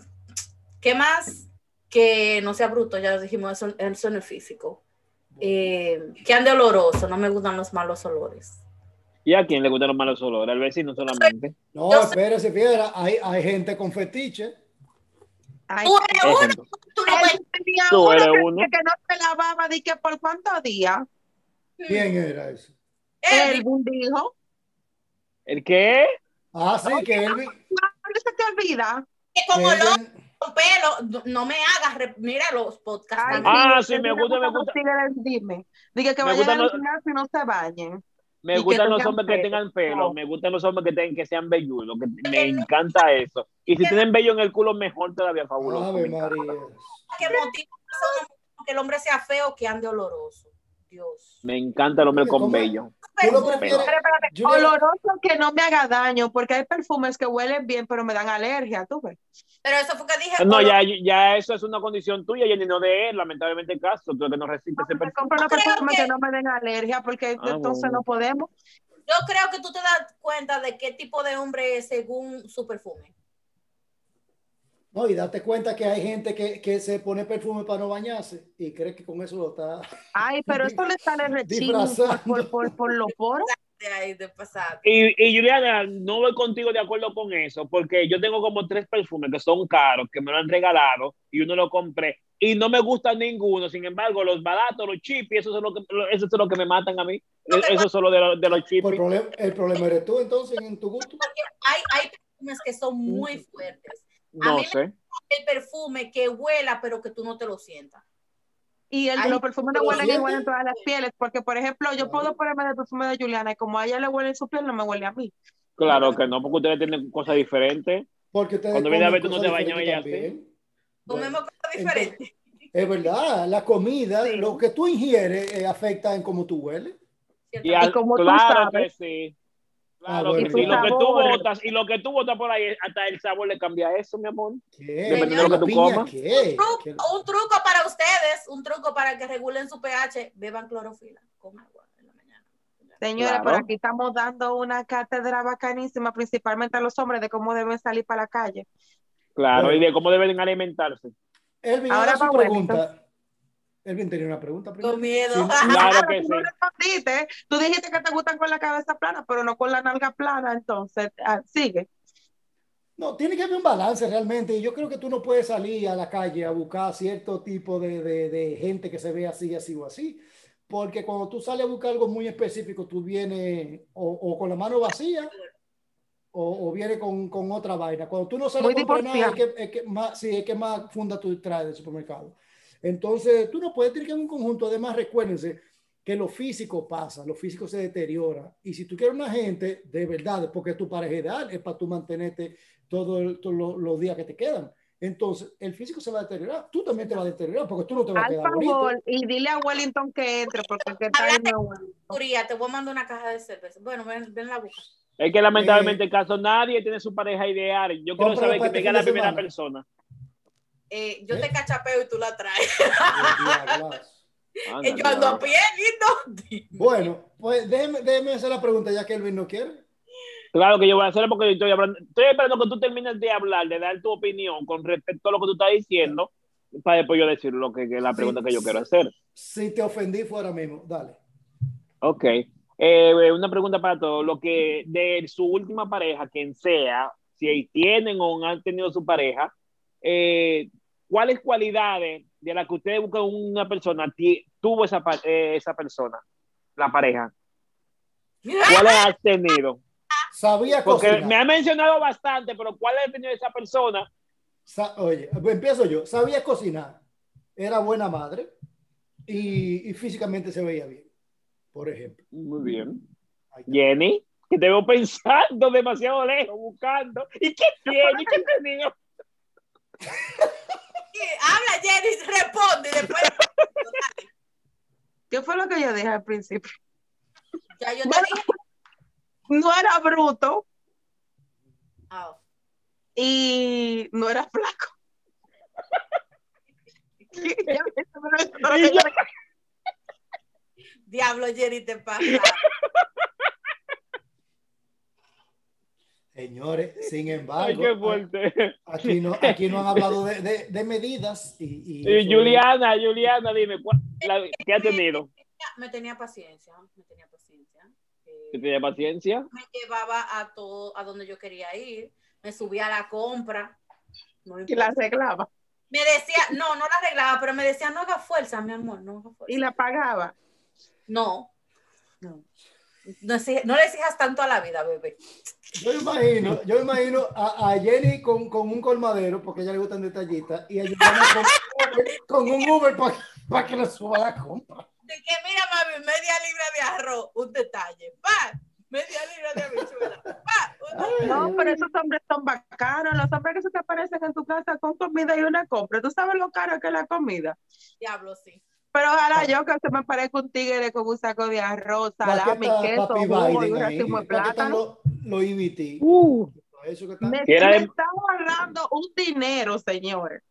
[SPEAKER 1] ¿Qué más? Que no sea bruto, ya lo dijimos, eso, eso no es físico. Eh, que ande oloroso, no me gustan los malos olores.
[SPEAKER 4] ¿Y a quién le gustan los malos olores? Al vecino solamente.
[SPEAKER 2] No,
[SPEAKER 1] Yo sé-
[SPEAKER 2] espérese, fiera, hay, hay gente con fetiche.
[SPEAKER 3] Ay,
[SPEAKER 1] Tú eres uno,
[SPEAKER 4] Ejemplo.
[SPEAKER 1] tú no puedes.
[SPEAKER 3] Él tenía
[SPEAKER 4] Tú
[SPEAKER 3] uno
[SPEAKER 4] eres
[SPEAKER 3] que,
[SPEAKER 4] uno.
[SPEAKER 3] que no se lavaba, di que por cuántos días.
[SPEAKER 2] ¿Quién era eso?
[SPEAKER 4] Eh,
[SPEAKER 1] Elvin,
[SPEAKER 3] Elvin dijo,
[SPEAKER 4] ¿El qué?
[SPEAKER 2] Ah, sí, que Elvin.
[SPEAKER 3] ¿cuándo "Ah, se te olvida?
[SPEAKER 1] que
[SPEAKER 2] que
[SPEAKER 1] con olor,
[SPEAKER 2] Elvin-
[SPEAKER 1] con pelo, no- no me hagas, re- mira los podcasts.
[SPEAKER 3] Ay,
[SPEAKER 1] también.
[SPEAKER 4] Ah, sí,
[SPEAKER 3] que
[SPEAKER 4] me
[SPEAKER 3] diga
[SPEAKER 4] gusta, me
[SPEAKER 3] cómo
[SPEAKER 4] gusta.
[SPEAKER 3] consiguen el- Dime, dije que
[SPEAKER 4] Me
[SPEAKER 3] vayan
[SPEAKER 4] gustan
[SPEAKER 3] al
[SPEAKER 4] los-
[SPEAKER 3] gimnasio y no se bañen. Y
[SPEAKER 4] Me
[SPEAKER 3] que
[SPEAKER 4] gustan los
[SPEAKER 3] tengan
[SPEAKER 4] hombres que
[SPEAKER 3] pelo.
[SPEAKER 4] tengan pelo.
[SPEAKER 3] No.
[SPEAKER 4] Me gustan los hombres que, tengan, que sean velludos. Que me
[SPEAKER 1] Que no-
[SPEAKER 4] encanta eso. Y si tienen vello en el culo, mejor todavía, fabuloso.
[SPEAKER 2] Ave
[SPEAKER 4] me encanta.
[SPEAKER 2] María.
[SPEAKER 1] ¿Qué motivo hace una mujer que el hombre sea feo, que ande oloroso? Dios.
[SPEAKER 4] Me encanta el hombre con
[SPEAKER 2] ¿Cómo?
[SPEAKER 4] vello.
[SPEAKER 2] ¿Tú lo
[SPEAKER 1] Perfume.
[SPEAKER 2] prefieres?
[SPEAKER 3] Pero espérate,
[SPEAKER 2] Julia-
[SPEAKER 3] oloroso que no me haga daño, porque hay perfumes que huelen bien, pero me dan alergia, tú ves.
[SPEAKER 1] Pero eso fue que dije.
[SPEAKER 4] No,
[SPEAKER 1] olor-
[SPEAKER 4] ya, ya eso es una condición tuya, Jenny, no de él, lamentablemente el caso. Tú que no resiste ese
[SPEAKER 3] Me
[SPEAKER 4] perfil.
[SPEAKER 3] compro los
[SPEAKER 1] creo
[SPEAKER 3] perfumes
[SPEAKER 1] que-
[SPEAKER 3] que no me den alergia, porque
[SPEAKER 4] Ah,
[SPEAKER 3] entonces
[SPEAKER 4] bueno.
[SPEAKER 3] no podemos.
[SPEAKER 1] Yo creo que tú te das cuenta de qué tipo de hombre es según su perfume.
[SPEAKER 2] No, y date cuenta que hay gente que, que se pone perfume para no bañarse y cree que con eso lo está.
[SPEAKER 3] Ay, pero eso le sale rechino por, por,
[SPEAKER 2] Disfrazando.
[SPEAKER 3] por, por los poros.
[SPEAKER 1] De ahí, de pasado.
[SPEAKER 4] Y, y Juliana, no voy contigo de acuerdo con eso, porque yo tengo como tres perfumes que son caros, que me lo han regalado y uno lo compré y no me gusta ninguno. Sin embargo, los baratos, los chips, eso es lo que, lo- eso es lo que me matan a mí.
[SPEAKER 1] No te
[SPEAKER 4] Eso es lo de, lo- de los
[SPEAKER 2] Pues el,
[SPEAKER 4] chips.
[SPEAKER 2] problema, el problema eres tú, entonces, en tu gusto.
[SPEAKER 1] Hay, hay perfumes que son muy fuertes.
[SPEAKER 4] No
[SPEAKER 1] mí me-
[SPEAKER 4] sé.
[SPEAKER 1] El perfume que huela, pero que tú no te lo sientas.
[SPEAKER 3] Y el,
[SPEAKER 1] Ay,
[SPEAKER 3] los perfumes no
[SPEAKER 1] pero
[SPEAKER 3] huelen
[SPEAKER 2] siempre-
[SPEAKER 3] igual en todas las pieles, porque por ejemplo, yo puedo ponerme el perfume de Juliana y como a ella le huele su piel, no me huele a mí.
[SPEAKER 4] Claro que no, porque ustedes tienen cosas diferentes.
[SPEAKER 2] Porque ustedes
[SPEAKER 4] Cuando viene a
[SPEAKER 2] comen
[SPEAKER 4] ver, tú no
[SPEAKER 2] cosas
[SPEAKER 4] te bañas
[SPEAKER 2] diferentes
[SPEAKER 4] y ya,
[SPEAKER 2] también. Bueno,
[SPEAKER 1] Comemos cosas diferentes.
[SPEAKER 2] es verdad, la comida,
[SPEAKER 1] Sí.
[SPEAKER 2] lo que tú ingieres eh, afecta en cómo tú hueles.
[SPEAKER 1] ¿cierto?
[SPEAKER 4] Y al-
[SPEAKER 3] como tú
[SPEAKER 4] claro que
[SPEAKER 3] sabes.
[SPEAKER 4] sí.
[SPEAKER 2] Ah,
[SPEAKER 4] Claro
[SPEAKER 2] bueno,
[SPEAKER 4] que sí.
[SPEAKER 2] ya.
[SPEAKER 4] Lo que, tú
[SPEAKER 3] Sabores.
[SPEAKER 4] botas, y lo que tú botas por ahí, hasta el sabor le cambia eso, mi amor.
[SPEAKER 2] ¿Qué?
[SPEAKER 1] Dependiendo de lo
[SPEAKER 2] ¿La
[SPEAKER 4] que tú
[SPEAKER 2] piña
[SPEAKER 4] comas.
[SPEAKER 2] qué?
[SPEAKER 1] Truco-
[SPEAKER 2] ¿Qué?
[SPEAKER 1] un truco para ustedes, un truco para que regulen su pH, beban clorofila con agua en la mañana.
[SPEAKER 3] Señora,
[SPEAKER 4] Claro.
[SPEAKER 3] por aquí estamos dando una cátedra bacanísima, principalmente a los hombres, de cómo deben salir para la calle.
[SPEAKER 4] Claro,
[SPEAKER 2] Bueno.
[SPEAKER 4] y de cómo deben alimentarse.
[SPEAKER 2] Elvin,
[SPEAKER 3] Ahora
[SPEAKER 2] ahora su
[SPEAKER 3] va bueno,
[SPEAKER 2] pregunta. Elvin tenía una pregunta primero.
[SPEAKER 1] Con miedo.
[SPEAKER 2] Sí,
[SPEAKER 4] Claro
[SPEAKER 3] Ah,
[SPEAKER 4] que
[SPEAKER 3] tú no
[SPEAKER 4] sí.
[SPEAKER 3] respondiste. Tú dijiste que te gustan con la cabeza plana, pero no con la nalga plana, entonces ah, sigue.
[SPEAKER 2] No, tiene que haber un balance realmente. Y yo creo que tú no puedes salir a la calle a buscar cierto tipo de, de- de gente que se ve así, así o así. Porque cuando tú sales a buscar algo muy específico, tú vienes o, o con la mano vacía o, o vienes con, con otra vaina. Cuando tú no sales
[SPEAKER 3] Muy
[SPEAKER 2] a comprar nada, es
[SPEAKER 3] divorciada.
[SPEAKER 2] que, es que más, sí, es que más funda tú traes del supermercado. Entonces, tú no puedes tener que haber un conjunto. Además, recuérdense que lo físico pasa, lo físico se deteriora. Y si tú quieres una gente de verdad, porque tu pareja ideal es para tú mantenerte todo el- todos los, los días que te quedan. Entonces, el físico se va a deteriorar. Tú también te vas a deteriorar porque tú no te vas a
[SPEAKER 3] Al
[SPEAKER 2] quedar bonito.
[SPEAKER 3] favor, y dile a Wellington que entre, porque que tal no huele.
[SPEAKER 1] Curía, te voy a mandar una caja de cerveza. Bueno, ven, ven la boca.
[SPEAKER 4] Es que lamentablemente el caso nadie tiene su pareja ideal. Yo quiero
[SPEAKER 2] Cómpralo
[SPEAKER 4] saber
[SPEAKER 2] para este
[SPEAKER 4] que me
[SPEAKER 2] fin
[SPEAKER 4] diga la
[SPEAKER 2] de
[SPEAKER 4] primera
[SPEAKER 2] semana.
[SPEAKER 4] persona.
[SPEAKER 1] Eh, yo
[SPEAKER 2] ¿Eh?
[SPEAKER 1] te cachapeo y tú la traes.
[SPEAKER 4] Ándale,
[SPEAKER 1] yo ando a
[SPEAKER 4] ándale.
[SPEAKER 1] pie, lindo.
[SPEAKER 2] Bueno, pues déjeme, déjeme hacer la pregunta ya que Elvin no quiere.
[SPEAKER 4] Claro que yo voy a hacerlo porque estoy hablando. Estoy esperando que tú termines de hablar, de dar tu opinión con respecto a lo que tú estás diciendo, para después yo decir lo que, que es la
[SPEAKER 2] Sí.
[SPEAKER 4] pregunta que yo quiero hacer.
[SPEAKER 2] Si te ofendí fuera mismo, dale.
[SPEAKER 4] Ok. Eh, una pregunta para todos. Lo que de su última pareja, quien sea, si tienen o han tenido su pareja, eh, ¿cuáles cualidades de las que ustedes buscan una persona ti- tuvo esa, pa- eh, esa persona, la pareja? ¿Cuáles has tenido?
[SPEAKER 2] Sabía
[SPEAKER 4] Porque
[SPEAKER 2] cocinar.
[SPEAKER 4] me ha mencionado bastante, pero ¿cuáles ha tenido esa persona?
[SPEAKER 2] Sa- Oye, empiezo yo. Sabía cocinar, era buena madre y, y físicamente se veía bien, por ejemplo.
[SPEAKER 4] Muy bien.
[SPEAKER 2] Ahí está.
[SPEAKER 4] Jenny, que te veo pensando demasiado lejos, buscando. ¿Y qué tiene? ¿Y qué ha tenido?
[SPEAKER 1] Habla Jenny, responde y después
[SPEAKER 3] ¿Qué fue lo que yo dije al principio?
[SPEAKER 1] ya yo te
[SPEAKER 3] Bueno,
[SPEAKER 1] dije.
[SPEAKER 3] no era bruto
[SPEAKER 1] Ah,
[SPEAKER 3] y no era flaco. Ya me- eso fue lo que yo
[SPEAKER 4] Y
[SPEAKER 3] dije.
[SPEAKER 4] yo-
[SPEAKER 1] diablo Jenny te pasa.
[SPEAKER 2] Señores, sin
[SPEAKER 4] Ay, qué
[SPEAKER 2] embargo,
[SPEAKER 4] fuerte.
[SPEAKER 2] aquí no, aquí no han hablado de, de- de medidas y, y-
[SPEAKER 4] Y Juliana, Juliana, dime, ¿cuál- la- ¿qué ha tenido?
[SPEAKER 1] Me tenía paciencia, me tenía paciencia. Eh,
[SPEAKER 4] ¿Que tenía paciencia?
[SPEAKER 1] me llevaba a todo, a donde yo quería ir, me subía a la compra. No
[SPEAKER 3] Y la
[SPEAKER 1] importa.
[SPEAKER 3] arreglaba
[SPEAKER 1] Me decía, no, no la arreglaba, pero me decía, no haga fuerza, mi amor, no haga fuerza.
[SPEAKER 3] y la pagaba.
[SPEAKER 1] No,
[SPEAKER 3] No.
[SPEAKER 1] no, exige- no le exijas tanto a la vida, bebé.
[SPEAKER 2] Yo imagino, yo imagino a, a Jenny con, con un colmadero, porque a ella le gustan detallistas, y a Juliana con, un Uber- con un Uber para que le suba la compra.
[SPEAKER 1] De que mira, mami, media libra de arroz, un detalle, pa, media libra de habichuela, pa, un detalle.
[SPEAKER 3] No, pero esos hombres son bacanos. Los hombres que se te aparecen en tu casa con comida y una compra. Tú sabes lo caro que es la comida.
[SPEAKER 1] diablo, sí.
[SPEAKER 3] Pero
[SPEAKER 2] Ah.
[SPEAKER 3] ojalá yo que se me parezca un tigre con un saco de arroz,
[SPEAKER 2] Aquí
[SPEAKER 3] salami,
[SPEAKER 2] está
[SPEAKER 3] queso,
[SPEAKER 2] Papi
[SPEAKER 3] jugo y
[SPEAKER 2] Biden
[SPEAKER 3] un
[SPEAKER 2] ahí.
[SPEAKER 3] racimo
[SPEAKER 2] Aquí
[SPEAKER 3] de
[SPEAKER 2] están
[SPEAKER 3] plátano. Uh,
[SPEAKER 2] los los EBT. Eso que está-
[SPEAKER 3] Me,
[SPEAKER 4] Que era
[SPEAKER 3] me
[SPEAKER 4] de-
[SPEAKER 3] están ahorrando un dinero, señores.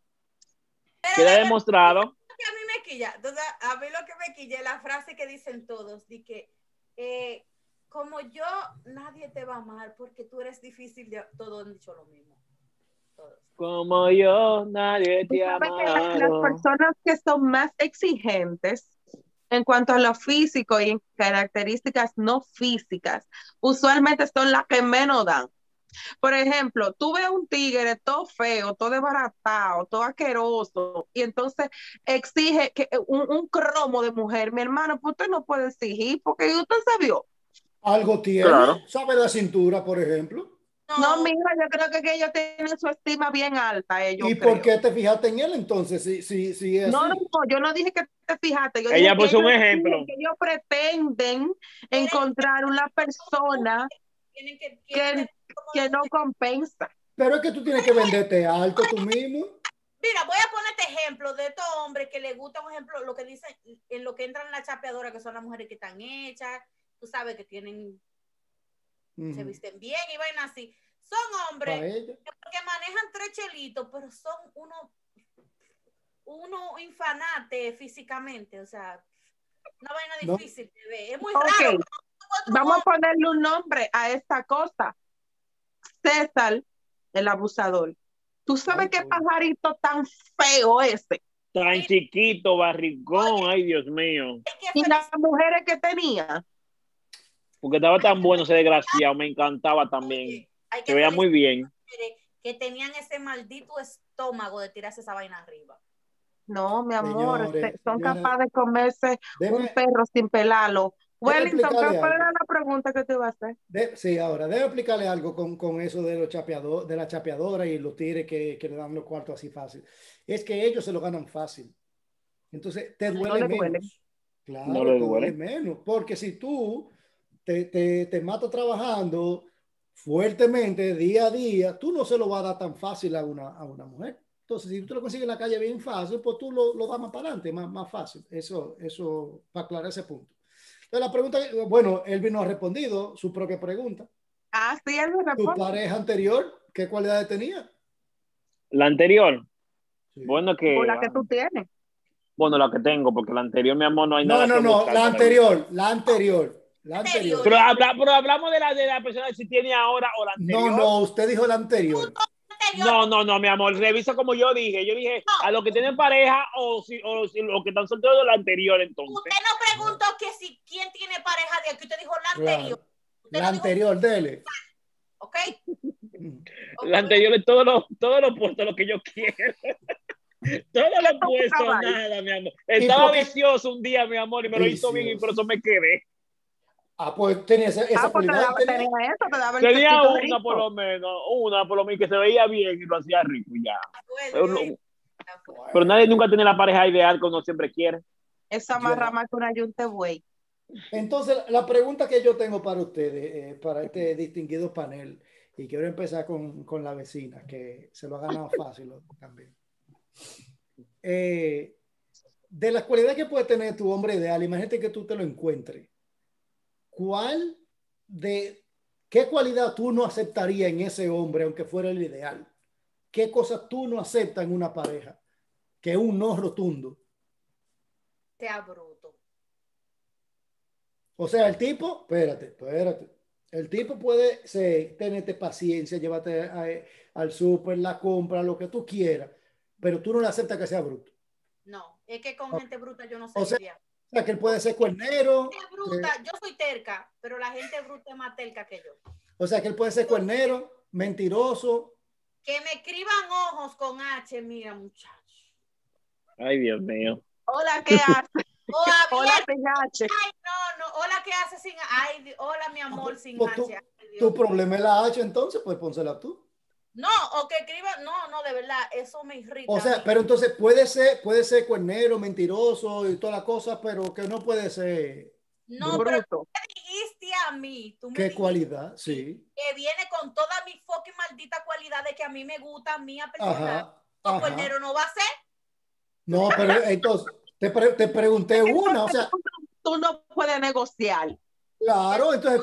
[SPEAKER 4] ¿Qué le ha demostrado?
[SPEAKER 1] que a mí me quilla, entonces a mí lo que me quilla es la frase que dicen todos, de que eh, como yo, nadie te va a amar porque tú eres difícil, de... todos han dicho lo mismo. Todos.
[SPEAKER 4] Como yo, nadie
[SPEAKER 3] Tú
[SPEAKER 4] te ha
[SPEAKER 3] sabes que la- las
[SPEAKER 4] amado.
[SPEAKER 3] personas que son más exigentes en cuanto a lo físico y en características no físicas, usualmente son las que menos dan. Por ejemplo, tú ves un tigre todo feo, todo desbaratado, todo asqueroso, y entonces exige que un, un cromo de mujer, mi hermano, pues usted no puede exigir porque usted se vio.
[SPEAKER 2] Algo tiene.
[SPEAKER 4] Claro.
[SPEAKER 2] Sabe la cintura, por ejemplo.
[SPEAKER 3] No, mira, yo creo que, que ellos tienen su estima bien alta, ellos.
[SPEAKER 2] ¿Y
[SPEAKER 3] creo.
[SPEAKER 2] por qué te fijaste en él entonces? Si, si, si es
[SPEAKER 3] No,
[SPEAKER 2] así.
[SPEAKER 3] no, no, yo no dije que te fijaste. Yo dije
[SPEAKER 4] Ella puso
[SPEAKER 3] que
[SPEAKER 4] un
[SPEAKER 3] ellos
[SPEAKER 4] ejemplo.
[SPEAKER 3] dicen Que ellos pretenden encontrar una persona
[SPEAKER 1] tienen que,
[SPEAKER 3] que,
[SPEAKER 1] tienen
[SPEAKER 3] que no compensa.
[SPEAKER 2] Pero es que tú tienes que venderte alto tú mismo.
[SPEAKER 1] Mira, voy a ponerte ejemplo de estos hombres que les gusta, por ejemplo, lo que dicen, en lo que entran las chapeadoras, que son las mujeres que están hechas, tú sabes que tienen,
[SPEAKER 2] Ujú.
[SPEAKER 1] se visten bien y van así. Son hombres
[SPEAKER 2] Para ella.
[SPEAKER 1] que manejan tres chelitos, pero son uno, uno infanate físicamente, o sea, una vaina
[SPEAKER 2] No.
[SPEAKER 1] difícil de ver. Es muy raro.
[SPEAKER 3] Ok,
[SPEAKER 1] cuando tú
[SPEAKER 3] vamos a ponerle un nombre a esta cosa. César, el abusador. ¿Tú sabes
[SPEAKER 2] Ay,
[SPEAKER 3] qué
[SPEAKER 2] coño.
[SPEAKER 3] pajarito tan feo ese?
[SPEAKER 4] Tan chiquito, barrigón, ay Dios mío.
[SPEAKER 1] ves que
[SPEAKER 3] Y las mujeres que tenía.
[SPEAKER 4] Porque estaba tan bueno ese desgraciado, me encantaba también.
[SPEAKER 1] felicitarte, hay que
[SPEAKER 4] Se veía muy bien.
[SPEAKER 1] felicitarte que tenían ese maldito estómago de tirarse esa vaina arriba.
[SPEAKER 3] No, mi amor,
[SPEAKER 2] Señores,
[SPEAKER 3] se- son
[SPEAKER 2] señores.
[SPEAKER 3] capaces de comerse un
[SPEAKER 2] Deme-
[SPEAKER 3] perro sin pelarlo. Wellington, ¿cuál
[SPEAKER 2] explicarle
[SPEAKER 3] cuál
[SPEAKER 2] algo.
[SPEAKER 3] era la pregunta que te iba a hacer?
[SPEAKER 2] de- sí, ahora, debe explicarle algo con, con eso de los chapeador, de la chapeadora y los tigres que, que le dan los cuartos así fácil. Es que ellos se lo ganan fácil. Entonces, te duele
[SPEAKER 3] le
[SPEAKER 2] menos.
[SPEAKER 3] duele.
[SPEAKER 2] Claro,
[SPEAKER 4] No le
[SPEAKER 2] te
[SPEAKER 4] duele.
[SPEAKER 2] menos. Porque si tú te, te, te matas trabajando fuertemente día a día, tú no se lo vas a dar tan fácil a una, a una mujer. Entonces, si tú lo consigues en la calle bien fácil, pues tú lo, lo das más para adelante, más, más fácil. Eso, eso, para aclarar ese punto. Entonces, la pregunta, que- bueno, Elvin nos ha respondido su propia pregunta.
[SPEAKER 3] Ah, sí, él me
[SPEAKER 2] ¿Tu
[SPEAKER 3] responde.
[SPEAKER 2] pareja anterior, qué cualidades tenía?
[SPEAKER 4] La anterior,
[SPEAKER 2] Sí.
[SPEAKER 4] bueno que.
[SPEAKER 3] O la que tú tienes.
[SPEAKER 4] Bueno, la que tengo, porque la anterior, mi amor, no hay
[SPEAKER 2] no,
[SPEAKER 4] nada.
[SPEAKER 2] no,
[SPEAKER 4] que
[SPEAKER 2] no,
[SPEAKER 4] buscar
[SPEAKER 2] la
[SPEAKER 4] para mí.
[SPEAKER 2] anterior, la anterior, la
[SPEAKER 1] Anterior.
[SPEAKER 2] anterior.
[SPEAKER 4] Pero, habla- pero hablamos de la, de la persona si tiene ahora o la anterior.
[SPEAKER 2] No, no, usted dijo la anterior.
[SPEAKER 4] No, no, no, mi amor, revisa como yo dije. Yo dije a los que tienen pareja o si, o si los que están solteros de la anterior, entonces.
[SPEAKER 1] Usted no preguntó que si quién tiene pareja de aquí, usted dijo la
[SPEAKER 2] Claro.
[SPEAKER 1] anterior. Usted
[SPEAKER 2] La
[SPEAKER 1] no dijo,
[SPEAKER 2] anterior, dele.
[SPEAKER 1] ¿ok? Ok.
[SPEAKER 5] La anterior es todo lo, todo lo opuesto a lo que yo quiero. Todo lo opuesto a
[SPEAKER 3] Cabal.
[SPEAKER 5] nada, mi amor. Estaba
[SPEAKER 2] porque-
[SPEAKER 5] vicioso un día, mi amor, y me lo hizo bien y
[SPEAKER 2] Vicioso.
[SPEAKER 5] por eso me quedé.
[SPEAKER 2] Ah, pues tenía esa, esa
[SPEAKER 3] Ah, pues te
[SPEAKER 2] cualidad,
[SPEAKER 3] daba-
[SPEAKER 2] tenía-
[SPEAKER 3] tenía eso, te daba el
[SPEAKER 5] Tenía
[SPEAKER 3] testito
[SPEAKER 5] una
[SPEAKER 3] rico.
[SPEAKER 5] por lo menos, una por lo menos que se veía bien y lo hacía rico y ya.
[SPEAKER 1] Bueno,
[SPEAKER 5] Pero,
[SPEAKER 1] yo
[SPEAKER 5] no-
[SPEAKER 1] dije, ah, pues,
[SPEAKER 5] pero nadie nunca tiene la pareja ideal que uno siempre quiere.
[SPEAKER 3] Esa más rama que una yunte buey.
[SPEAKER 2] Entonces, la pregunta que yo tengo para ustedes, eh, para este distinguido panel, y quiero empezar con, con la vecina, que se lo ha ganado fácil también. Eh, de las cualidades que puede tener tu hombre ideal, imagínate que tú te lo encuentres. ¿Cuál de qué cualidad tú no aceptarías en ese hombre, aunque fuera el ideal? ¿Qué cosas tú no aceptas en una pareja? Que es un no rotundo.
[SPEAKER 1] sea bruto.
[SPEAKER 2] O sea, el tipo, espérate, espérate. El tipo puede ser, tenerte paciencia, llévate a- al súper, la compra, lo que tú quieras, pero tú no le aceptas que sea bruto.
[SPEAKER 1] No, es que con
[SPEAKER 2] O-
[SPEAKER 1] gente bruta yo no sé
[SPEAKER 2] o sea,
[SPEAKER 1] lidiar.
[SPEAKER 2] O sea, que él puede ser cuernero,
[SPEAKER 1] Gente bruta, yo soy terca, pero la gente bruta es más terca que yo.
[SPEAKER 2] o sea, que él puede ser cuernero, mentiroso.
[SPEAKER 1] Que me escriban ojos con H, mira, muchacho.
[SPEAKER 5] Ay, Dios mío.
[SPEAKER 3] Hola, ¿qué haces?
[SPEAKER 1] O
[SPEAKER 3] Hola,
[SPEAKER 1] abierto,
[SPEAKER 3] TH.
[SPEAKER 1] no, no, hola, ¿qué hace sin Ay, di- hola, mi amor, sin
[SPEAKER 2] Pues
[SPEAKER 1] H.
[SPEAKER 2] tú-
[SPEAKER 1] Ay, Dios.
[SPEAKER 2] Tu problema es la H, entonces, pues pónsela tú.
[SPEAKER 1] No, o que escriban, no, no, de verdad, eso me irrita.
[SPEAKER 2] O
[SPEAKER 1] a
[SPEAKER 2] sea,
[SPEAKER 1] mí.
[SPEAKER 2] pero entonces puede ser, puede ser cuernero, mentiroso y todas las cosas, pero que no puede ser.
[SPEAKER 1] no, pero
[SPEAKER 3] Bruto.
[SPEAKER 1] dijiste a mí, tú me
[SPEAKER 2] ¿Qué
[SPEAKER 1] dijiste
[SPEAKER 2] cualidad? Sí.
[SPEAKER 1] que viene con toda mi fucking maldita cualidad de que a mí me gusta, mía personal.
[SPEAKER 2] Ajá.
[SPEAKER 1] O
[SPEAKER 2] ajá.
[SPEAKER 1] cuernero no va a ser.
[SPEAKER 2] No, pero entonces, te, pre- te pregunté una, o sea,
[SPEAKER 3] Tú no- Tú no puedes negociar.
[SPEAKER 2] claro, entonces,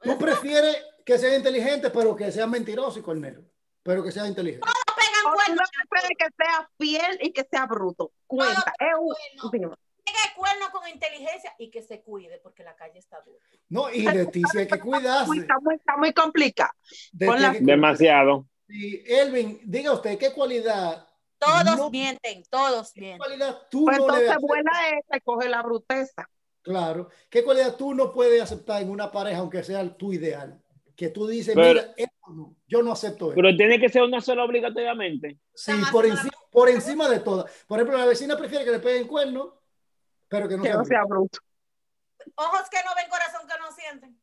[SPEAKER 2] tú prefieres que sea inteligente, pero que sea mentiroso y cornero, pero que sea inteligente.
[SPEAKER 1] No pegan
[SPEAKER 3] O tú
[SPEAKER 1] cuernos.
[SPEAKER 3] no prefieres que sea fiel y que sea bruto. Cuenta. Es un-
[SPEAKER 1] Bueno,
[SPEAKER 3] dime.
[SPEAKER 1] pega el cuerno con inteligencia y que se cuide porque la calle está dura.
[SPEAKER 2] No, y de ti sí hay que cuidarse.
[SPEAKER 3] Uy, Está muy, está muy complicado.
[SPEAKER 2] De ti hay que cuidarse.
[SPEAKER 5] Demasiado.
[SPEAKER 2] Y, Elvin, diga usted, ¿qué cualidad,
[SPEAKER 1] Todos
[SPEAKER 2] No.
[SPEAKER 1] mienten, todos
[SPEAKER 2] qué
[SPEAKER 1] mienten.
[SPEAKER 2] cualidad tú
[SPEAKER 3] Pues
[SPEAKER 2] no debes
[SPEAKER 3] entonces
[SPEAKER 2] aceptar?
[SPEAKER 3] vuela esta y coge la bruteza.
[SPEAKER 2] Claro, ¿qué cualidad tú no puedes aceptar en una pareja, aunque sea tu ideal? Que tú dices,
[SPEAKER 5] Pero-
[SPEAKER 2] mira, esto no, yo no acepto esto.
[SPEAKER 5] Pero tiene que ser una sola obligatoriamente.
[SPEAKER 2] Sí,
[SPEAKER 1] Nada más
[SPEAKER 2] por,
[SPEAKER 1] con la
[SPEAKER 2] enci- por encima de todas. Por ejemplo, la vecina prefiere que le peguen cuerno, pero que no
[SPEAKER 3] Que
[SPEAKER 2] sea
[SPEAKER 3] no sea
[SPEAKER 2] bruto.
[SPEAKER 3] bruto.
[SPEAKER 1] Ojos que no ven, corazón que no sienten.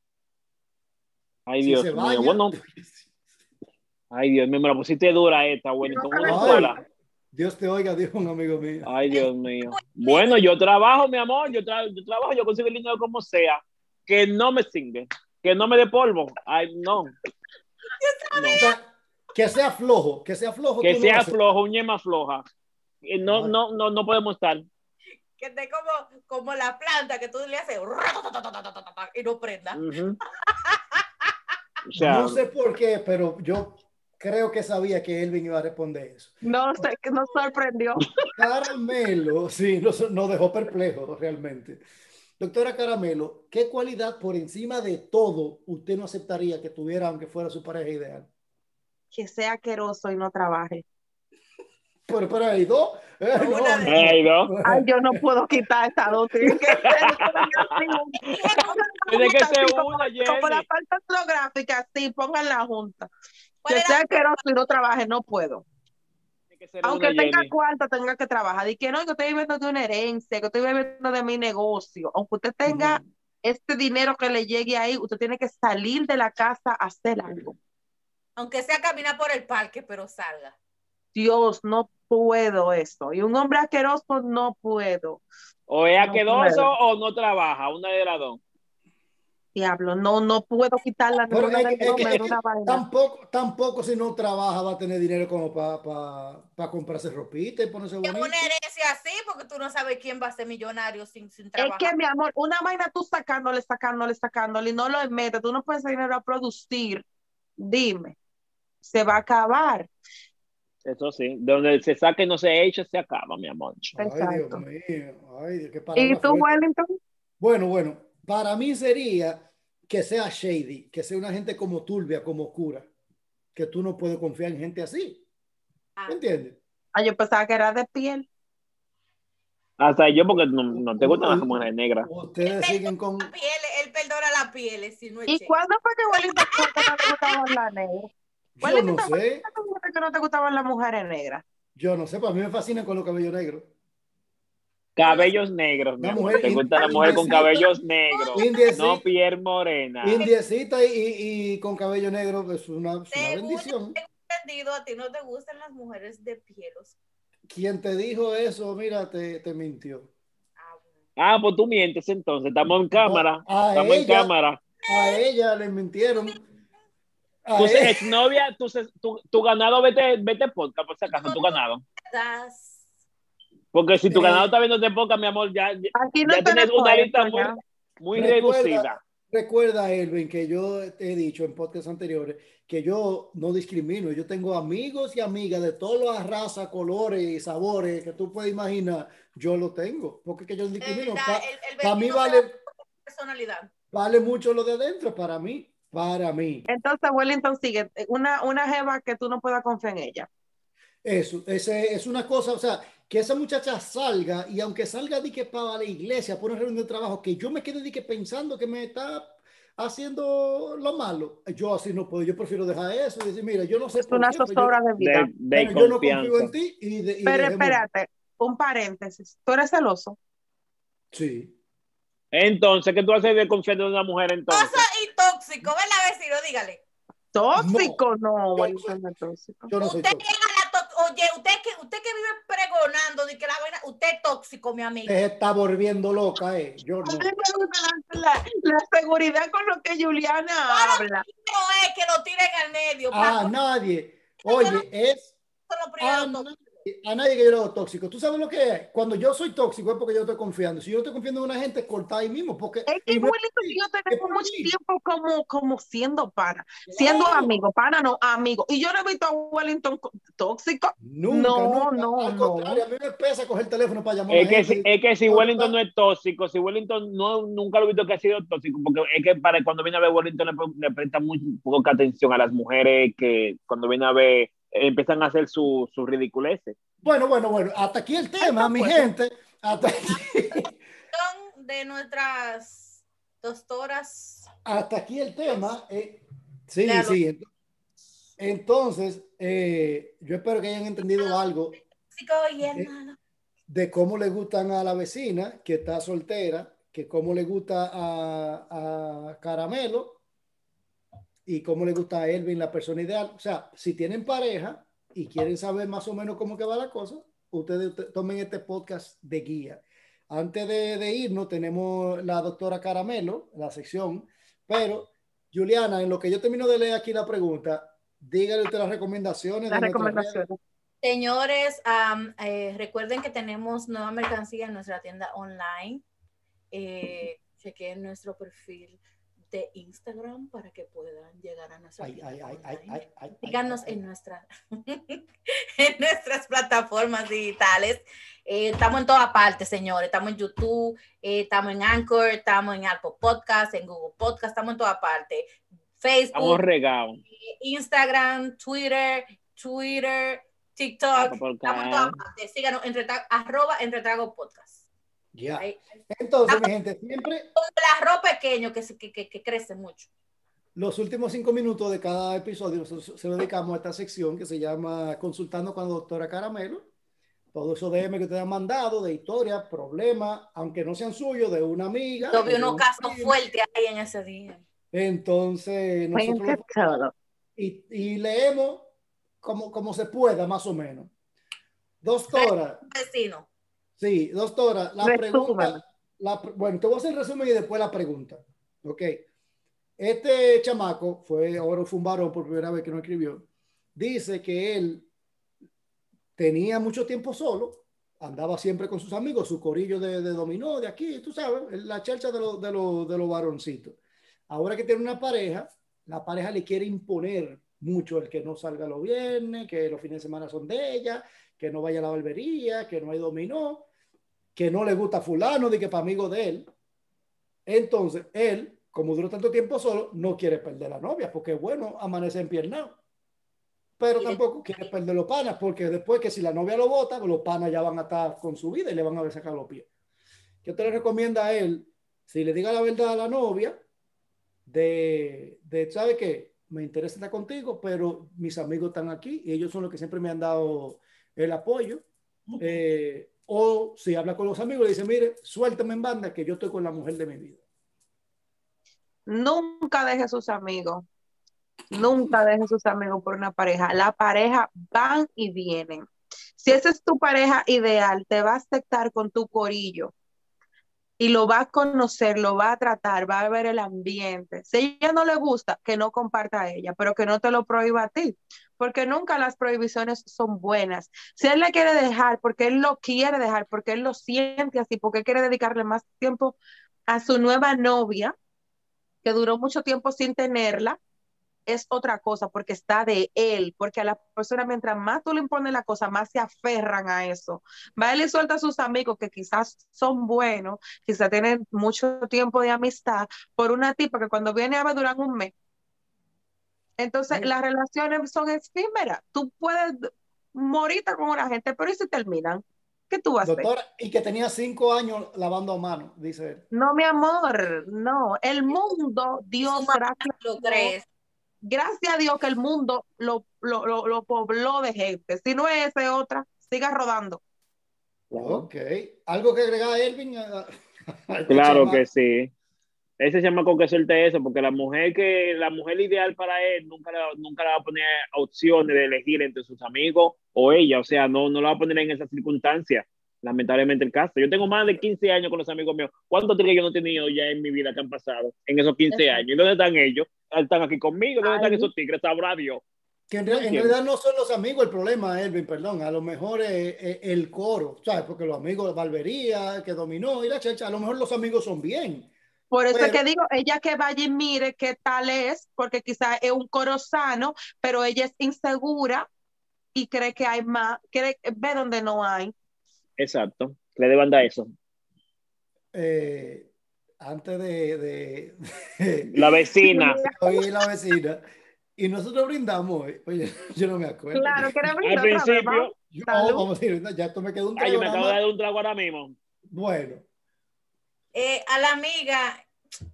[SPEAKER 5] Ay,
[SPEAKER 2] Si
[SPEAKER 5] Dios
[SPEAKER 2] se
[SPEAKER 5] mío.
[SPEAKER 2] baña-
[SPEAKER 5] Bueno, ay, Dios mío, me la pusiste dura esta, bueno.
[SPEAKER 3] No
[SPEAKER 5] con una
[SPEAKER 3] se
[SPEAKER 2] Ay,
[SPEAKER 5] sola.
[SPEAKER 2] Dios te oiga, dijo un amigo mío.
[SPEAKER 5] Ay, Dios mío. Bueno, yo trabajo, mi amor, yo, tra- yo trabajo, yo consigo el dinero como sea. Que no me cingue, que no me dé polvo. Ay, no.
[SPEAKER 2] O sea, que sea flojo, que sea flojo.
[SPEAKER 5] Que
[SPEAKER 2] tú no
[SPEAKER 5] sea
[SPEAKER 2] haces.
[SPEAKER 5] flojo, un yema floja. Eh, No,
[SPEAKER 2] Ay.
[SPEAKER 5] no, no, no podemos estar.
[SPEAKER 1] Que esté como, como la planta que tú le haces y no prenda.
[SPEAKER 3] Mm.
[SPEAKER 5] Ujú. O sea,
[SPEAKER 2] No sé por qué, pero yo creo que sabía que Elvin iba a responder eso.
[SPEAKER 3] No sé, que nos sorprendió.
[SPEAKER 2] Caramelo, sí, nos, nos dejó perplejos realmente. Doctora Caramelo, ¿qué cualidad por encima de todo usted no aceptaría que tuviera, aunque fuera su pareja ideal?
[SPEAKER 3] Que sea asqueroso y no trabaje.
[SPEAKER 2] Pero, pero hay dos. Eh, no.
[SPEAKER 1] Una de-
[SPEAKER 5] ay, no.
[SPEAKER 3] Ay, yo no puedo quitar esta dos. Tiene que ser así.
[SPEAKER 5] Tiene que ser
[SPEAKER 3] Así como-
[SPEAKER 5] una,
[SPEAKER 3] Como la
[SPEAKER 5] Jenny.
[SPEAKER 3] parte ortográfica, sí, pónganla junta.
[SPEAKER 1] ¿Cuál
[SPEAKER 3] Que
[SPEAKER 1] era?
[SPEAKER 3] sea asqueroso y no trabaje, no puedo.
[SPEAKER 5] Tiene que ser
[SPEAKER 3] Aunque
[SPEAKER 5] una,
[SPEAKER 3] tenga
[SPEAKER 5] Jenny.
[SPEAKER 3] cuarto, tenga que trabajar. Y que no, que estoy viviendo de una herencia, que estoy viviendo de mi negocio. Aunque usted tenga este dinero que le llegue ahí, usted tiene que salir de la casa a hacer algo.
[SPEAKER 1] Aunque sea caminar por el parque, pero salga.
[SPEAKER 3] Dios, no puedo eso. Y un hombre asqueroso, no puedo.
[SPEAKER 5] O es
[SPEAKER 3] No
[SPEAKER 5] aquedoso
[SPEAKER 3] puedo.
[SPEAKER 5] o no trabaja, una de las dos.
[SPEAKER 3] Diablo, no, no puedo quitar la
[SPEAKER 2] Pero
[SPEAKER 3] neurona
[SPEAKER 2] es que- es
[SPEAKER 3] del
[SPEAKER 2] que-
[SPEAKER 3] hombre
[SPEAKER 2] es
[SPEAKER 3] de
[SPEAKER 2] que
[SPEAKER 3] una vaina.
[SPEAKER 2] Tampoco, tampoco si no trabaja va a tener dinero como para pa, pa comprarse ropita y ponerse
[SPEAKER 1] Que
[SPEAKER 2] bonito.
[SPEAKER 1] una herencia así, porque tú no sabes quién va a ser millonario sin, sin
[SPEAKER 3] Es
[SPEAKER 1] trabajar.
[SPEAKER 3] que, mi amor, una vaina tú sacándole, sacándole, sacándole, y no lo metes, tú no puedes dinero a producir. Dime, se va a acabar.
[SPEAKER 5] Eso sí, de donde se saque y no se eche, se acaba, mi amor.
[SPEAKER 2] Ay,
[SPEAKER 3] Exacto.
[SPEAKER 2] Dios mío. Ay, Dios, qué
[SPEAKER 3] ¿Y
[SPEAKER 2] palabra
[SPEAKER 3] tú,
[SPEAKER 2] fuerte.
[SPEAKER 3] Wellington?
[SPEAKER 2] Bueno, bueno, para mí sería que sea shady, que sea una gente como turbia, como oscura, que tú no puedes confiar en gente así.
[SPEAKER 1] Ah,
[SPEAKER 2] ¿Me entiendes?
[SPEAKER 3] Ah, yo pensaba que era de piel.
[SPEAKER 5] Hasta yo, porque no, no te gustan las mujeres negras.
[SPEAKER 2] Ustedes siguen con.
[SPEAKER 1] La piel, él perdona la piel, eh, si no es
[SPEAKER 3] ¿Y
[SPEAKER 1] che.
[SPEAKER 3] cuándo fue que Juanita dijo que no te gustaban las negras?
[SPEAKER 2] Yo no sé.
[SPEAKER 3] ¿Cuándo tú dijiste que no te gustaban las mujeres negras?
[SPEAKER 2] Yo no sé, pero a mí me fascina con los cabellos negros.
[SPEAKER 5] Cabellos negros, mi
[SPEAKER 2] La
[SPEAKER 5] amor.
[SPEAKER 2] mujer-
[SPEAKER 5] Te gusta la mujer con cabellos negros.
[SPEAKER 2] Indieci-
[SPEAKER 5] No piel morena.
[SPEAKER 2] Indiecita y, y- y con cabello negro es una, es una
[SPEAKER 1] Seguro.
[SPEAKER 2] bendición.
[SPEAKER 1] Entendido, a ti no te gustan las mujeres de piel oscura.
[SPEAKER 2] Quien te dijo eso, mira, te, te mintió.
[SPEAKER 1] Ah, bueno.
[SPEAKER 5] Ah, pues tú mientes entonces. Estamos en cámara.
[SPEAKER 2] A
[SPEAKER 5] Estamos en
[SPEAKER 2] ella,
[SPEAKER 5] cámara.
[SPEAKER 2] a ella le mintieron. A
[SPEAKER 5] Tus
[SPEAKER 2] ella-
[SPEAKER 5] exnovias, tus ex- tu, tu ganado, vete, vete podcast, por si acaso, tu ganado.
[SPEAKER 1] Das-
[SPEAKER 5] Porque si tu
[SPEAKER 2] Eh.
[SPEAKER 5] ganado está viendo este podcast, mi amor, ya, ya-
[SPEAKER 3] Aquí no
[SPEAKER 5] Ya tienes
[SPEAKER 3] tenemos
[SPEAKER 5] una lista
[SPEAKER 3] esto,
[SPEAKER 5] muy-
[SPEAKER 3] ya.
[SPEAKER 5] muy
[SPEAKER 2] Recuerda-
[SPEAKER 5] reducida.
[SPEAKER 2] Recuerda, Elvin, que yo te he dicho en podcasts anteriores que yo no discrimino. Yo tengo amigos y amigas de todas las razas, colores y sabores que tú puedes imaginar. Yo lo tengo. Porque que yo no
[SPEAKER 1] El,
[SPEAKER 2] discrimino.
[SPEAKER 1] da-
[SPEAKER 2] Para
[SPEAKER 1] eh, el- el
[SPEAKER 2] mí
[SPEAKER 1] vecino
[SPEAKER 2] vale,
[SPEAKER 1] se da personalidad.
[SPEAKER 2] vale mucho lo de adentro. Para mí, para mí.
[SPEAKER 3] Entonces, Wellington, sigue. Una, una jeva que tú no puedas confiar en ella.
[SPEAKER 2] Eso, ese, es una cosa, o sea, que esa muchacha salga y aunque salga de que para la iglesia, por una reunión de trabajo, que yo me quede de que pensando que me está haciendo lo malo, yo así no puedo, yo prefiero dejar eso y decir, mira, yo no sé
[SPEAKER 3] Es una
[SPEAKER 2] qué, pero yo-
[SPEAKER 3] zozobra de vida.
[SPEAKER 5] de, de
[SPEAKER 2] pero yo no confío en
[SPEAKER 5] confianza.
[SPEAKER 2] ti y, de- y
[SPEAKER 3] Pero
[SPEAKER 2] dejemos-
[SPEAKER 3] espérate, un paréntesis. Tú eres celoso.
[SPEAKER 2] Sí.
[SPEAKER 5] Entonces, ¿qué tú haces de confianza en una mujer
[SPEAKER 1] Cosa
[SPEAKER 5] entonces?
[SPEAKER 1] y tóxico, ¿verdad, vecino? Dígale.
[SPEAKER 3] Tóxico, no, Wellington no es tóxico.
[SPEAKER 2] Yo no soy
[SPEAKER 1] usted
[SPEAKER 2] tóxico.
[SPEAKER 1] que gana to- oye, usted que, usted que vive pregonando de que la vaina, usted es tóxico, mi amigo.
[SPEAKER 2] Usted se está volviendo loca, eh. Yo
[SPEAKER 3] A
[SPEAKER 2] no.
[SPEAKER 3] mí me gusta La, la seguridad con lo que Juliana habla.
[SPEAKER 1] No es que lo tiren al medio.
[SPEAKER 2] A
[SPEAKER 1] Paco,
[SPEAKER 2] nadie. Oye, es
[SPEAKER 1] eso es lo
[SPEAKER 2] a
[SPEAKER 1] primero tóxico.
[SPEAKER 2] nadie, a nadie que yo le hago tóxico. ¿Tú sabes lo que es? Cuando yo soy tóxico es porque yo estoy confiando. Si yo estoy confiando en una gente, corta ahí mismo. Porque
[SPEAKER 3] Es que
[SPEAKER 2] y no-
[SPEAKER 3] Wellington y yo tenemos
[SPEAKER 2] por
[SPEAKER 3] mucho
[SPEAKER 2] mí.
[SPEAKER 3] tiempo como, como siendo pana, siendo amigo, pana no, amigo. Y yo no he visto a Wellington co- tóxico.
[SPEAKER 2] nunca,
[SPEAKER 3] No,
[SPEAKER 2] nunca.
[SPEAKER 3] no,
[SPEAKER 2] Al
[SPEAKER 3] no.
[SPEAKER 2] contrario, a mí me pesa coger el teléfono para llamar a
[SPEAKER 5] Es que,
[SPEAKER 2] gente
[SPEAKER 5] si,
[SPEAKER 2] y-
[SPEAKER 5] es que si
[SPEAKER 2] Ahora
[SPEAKER 5] Wellington
[SPEAKER 2] está-
[SPEAKER 5] no es tóxico, si Wellington no, nunca lo he visto que ha sido tóxico, porque es que para cuando viene a ver Wellington le, pre- le presta muy poca atención a las mujeres que cuando viene a ver eh, empiezan a hacer sus su ridiculeces.
[SPEAKER 2] Bueno, bueno, bueno. Hasta aquí el tema, mi
[SPEAKER 3] pues.
[SPEAKER 2] gente. Hasta aquí,
[SPEAKER 1] Son de nuestras doctoras.
[SPEAKER 2] hasta aquí el tema. eh. sí,
[SPEAKER 1] Léalo.
[SPEAKER 2] sí. ent- Entonces, eh, yo espero que hayan entendido algo
[SPEAKER 1] Tóxico y hermano.
[SPEAKER 2] de cómo le gustan a la vecina que está soltera, que cómo le gusta a, a Caramelo y cómo le gusta a Elvin la persona ideal. O sea, si tienen pareja y quieren saber más o menos cómo que va la cosa, ustedes t- tomen este podcast de guía. Antes de, de irnos, tenemos la doctora Caramelo, la sección, pero Juliana, en lo que yo termino de leer aquí la pregunta, dígale usted las recomendaciones.
[SPEAKER 3] Las
[SPEAKER 2] de nuestras redes.
[SPEAKER 3] recomendaciones.
[SPEAKER 1] Señores, am, eh, recuerden que tenemos nueva mercancía en nuestra tienda online. Eh, chequen nuestro perfil de Instagram para que puedan llegar a nuestra
[SPEAKER 2] Ay,
[SPEAKER 1] tienda
[SPEAKER 2] ay, ay, ay,
[SPEAKER 1] online.
[SPEAKER 2] ay, ay, ay,
[SPEAKER 1] Síganos
[SPEAKER 2] ay, ay.
[SPEAKER 1] en, nuestra, en nuestras plataformas digitales. Eh, estamos en todas partes, señores. Estamos en YouTube, eh, estamos en Anchor, estamos en Apple Podcast, en Google Podcast, estamos en todas partes.
[SPEAKER 5] Estamos
[SPEAKER 1] Facebook,
[SPEAKER 5] regados.
[SPEAKER 1] Instagram, Twitter, Twitter, TikTok. Estamos en todas partes. Síganos en reta- arroba en retrago podcast.
[SPEAKER 2] Ya.
[SPEAKER 1] Ahí.
[SPEAKER 2] Entonces, mi gente, siempre
[SPEAKER 1] El arroz pequeño que, se- que, que- que crece mucho.
[SPEAKER 2] los últimos cinco minutos de cada episodio nosotros se lo dedicamos a esta sección que se llama Consultando con la doctora Caramelo. Todo eso DM que te han mandado de historia, problemas, aunque no sean suyos, de una amiga. Eh,
[SPEAKER 1] Yo vi
[SPEAKER 2] de
[SPEAKER 1] unos
[SPEAKER 2] un
[SPEAKER 1] casos
[SPEAKER 2] primo.
[SPEAKER 1] fuertes ahí en ese día.
[SPEAKER 2] Entonces, nosotros
[SPEAKER 3] Cuente
[SPEAKER 2] lo-
[SPEAKER 3] todo.
[SPEAKER 2] y, y leemos como, como se pueda, más o menos. Doctora,
[SPEAKER 1] Vecino.
[SPEAKER 2] Sí, doctora, la
[SPEAKER 3] Resúmame.
[SPEAKER 2] pregunta. la pre- bueno, te voy a hacer el resumen y después la pregunta. Ok. Este chamaco fue, ahora fue un varón por primera vez que no escribió. Dice que él tenía mucho tiempo solo, andaba siempre con sus amigos, su corillo de, de dominó, de aquí, tú sabes, la charcha de los de los- de los varoncitos. Ahora que tiene una pareja, la pareja le quiere imponer mucho el que no salga los viernes, que los fines de semana son de ella, que no vaya a la barbería, que no hay dominó, que no le gusta fulano, de que para amigo de él. Entonces, él, como duró tanto tiempo solo, no quiere perder la novia, porque bueno, amanece en pierna. pero tampoco quiere perder los panas, porque después que si la novia lo vota, pues los panas ya van a estar con su vida y le van a ver sacar los pies. Yo te le recomiendo a él, si le diga la verdad a la novia, de, de ¿sabe qué? Me interesa estar contigo, pero mis amigos están aquí y ellos son los que siempre me han dado el apoyo. Eh, o si habla con los amigos, le dice, mire, suéltame en banda que yo estoy con la mujer de mi vida.
[SPEAKER 3] Nunca deje sus amigos. Nunca deje sus amigos por una pareja. La pareja van y vienen. Si esa es tu pareja ideal, te va a aceptar con tu corillo y lo va a conocer, lo va a tratar, va a ver el ambiente. Si a ella no le gusta, que no comparta a ella, pero que no te lo prohíba a ti, porque nunca las prohibiciones son buenas. Si él le quiere dejar, porque él lo quiere dejar, porque él lo siente así, porque quiere dedicarle más tiempo a su nueva novia, que duró mucho tiempo sin tenerla, es otra cosa, porque está de él, porque a la persona mientras más tú le impones la cosa, más se aferran a eso. Va él y suelta a sus amigos que quizás son buenos, quizás tienen mucho tiempo de amistad, por una tipa que cuando viene a ver duran un mes. Entonces, las relaciones son efímeras. Tú puedes morirte con una gente, pero ¿y si terminan? ¿Qué tú vas a hacer?
[SPEAKER 2] Doctora, y que tenía cinco años lavando a mano, dice él.
[SPEAKER 3] No, mi amor, no. El mundo, Dios, gracias.
[SPEAKER 1] Lo crees.
[SPEAKER 3] gracias a Dios que el mundo lo, lo, lo- lo pobló de gente. Si no es ese otra, siga rodando.
[SPEAKER 2] Ok. ¿Algo que agregar, Elvin? A- a-
[SPEAKER 4] Claro
[SPEAKER 2] a-
[SPEAKER 4] que sí. Ese chamaco que suelte eso, porque la mujer que la mujer ideal para él nunca le, va- nunca le va a poner opciones de elegir entre sus amigos o ella, o sea, no, no la va a poner en esas circunstancias, lamentablemente el caso. Yo tengo más de 15 años con los amigos míos. ¿Cuántos tigres yo no he tenido ya en mi vida que han pasado en esos 15
[SPEAKER 3] Exacto.
[SPEAKER 4] años? ¿Y dónde están ellos? Ah, ¿Están aquí conmigo? ¿Dónde están
[SPEAKER 3] Ay.
[SPEAKER 4] esos tigres? Sabrá Dios.
[SPEAKER 2] Que en, real- en
[SPEAKER 4] Entiendo.
[SPEAKER 2] realidad no son los amigos el problema, Elvin, perdón. A lo mejor es, es el coro, ¿sabes? Porque los amigos de Barbería, que dominó y la chacha, a lo mejor los amigos son bien.
[SPEAKER 3] Por eso es
[SPEAKER 2] Pero-
[SPEAKER 3] que digo, ella que vaya y mire qué tal es, porque quizás es un coro sano, pero ella es insegura y cree que hay más, cree, ve donde no hay.
[SPEAKER 4] Exacto. Le deban dar eso.
[SPEAKER 2] Eh, antes de, de- de
[SPEAKER 4] La vecina.
[SPEAKER 2] oír la vecina. Y nosotros brindamos hoy. Oye, yo no me acuerdo.
[SPEAKER 3] Claro, que era
[SPEAKER 4] Al principio,
[SPEAKER 2] Yo-
[SPEAKER 3] Salud.
[SPEAKER 2] vamos a decir, no, ya esto me quedó un
[SPEAKER 4] ay, yo me
[SPEAKER 2] trago
[SPEAKER 4] acabo
[SPEAKER 2] nada
[SPEAKER 4] de
[SPEAKER 2] más.
[SPEAKER 4] dar un trago ahora mismo.
[SPEAKER 2] Bueno,
[SPEAKER 1] Eh, a la amiga,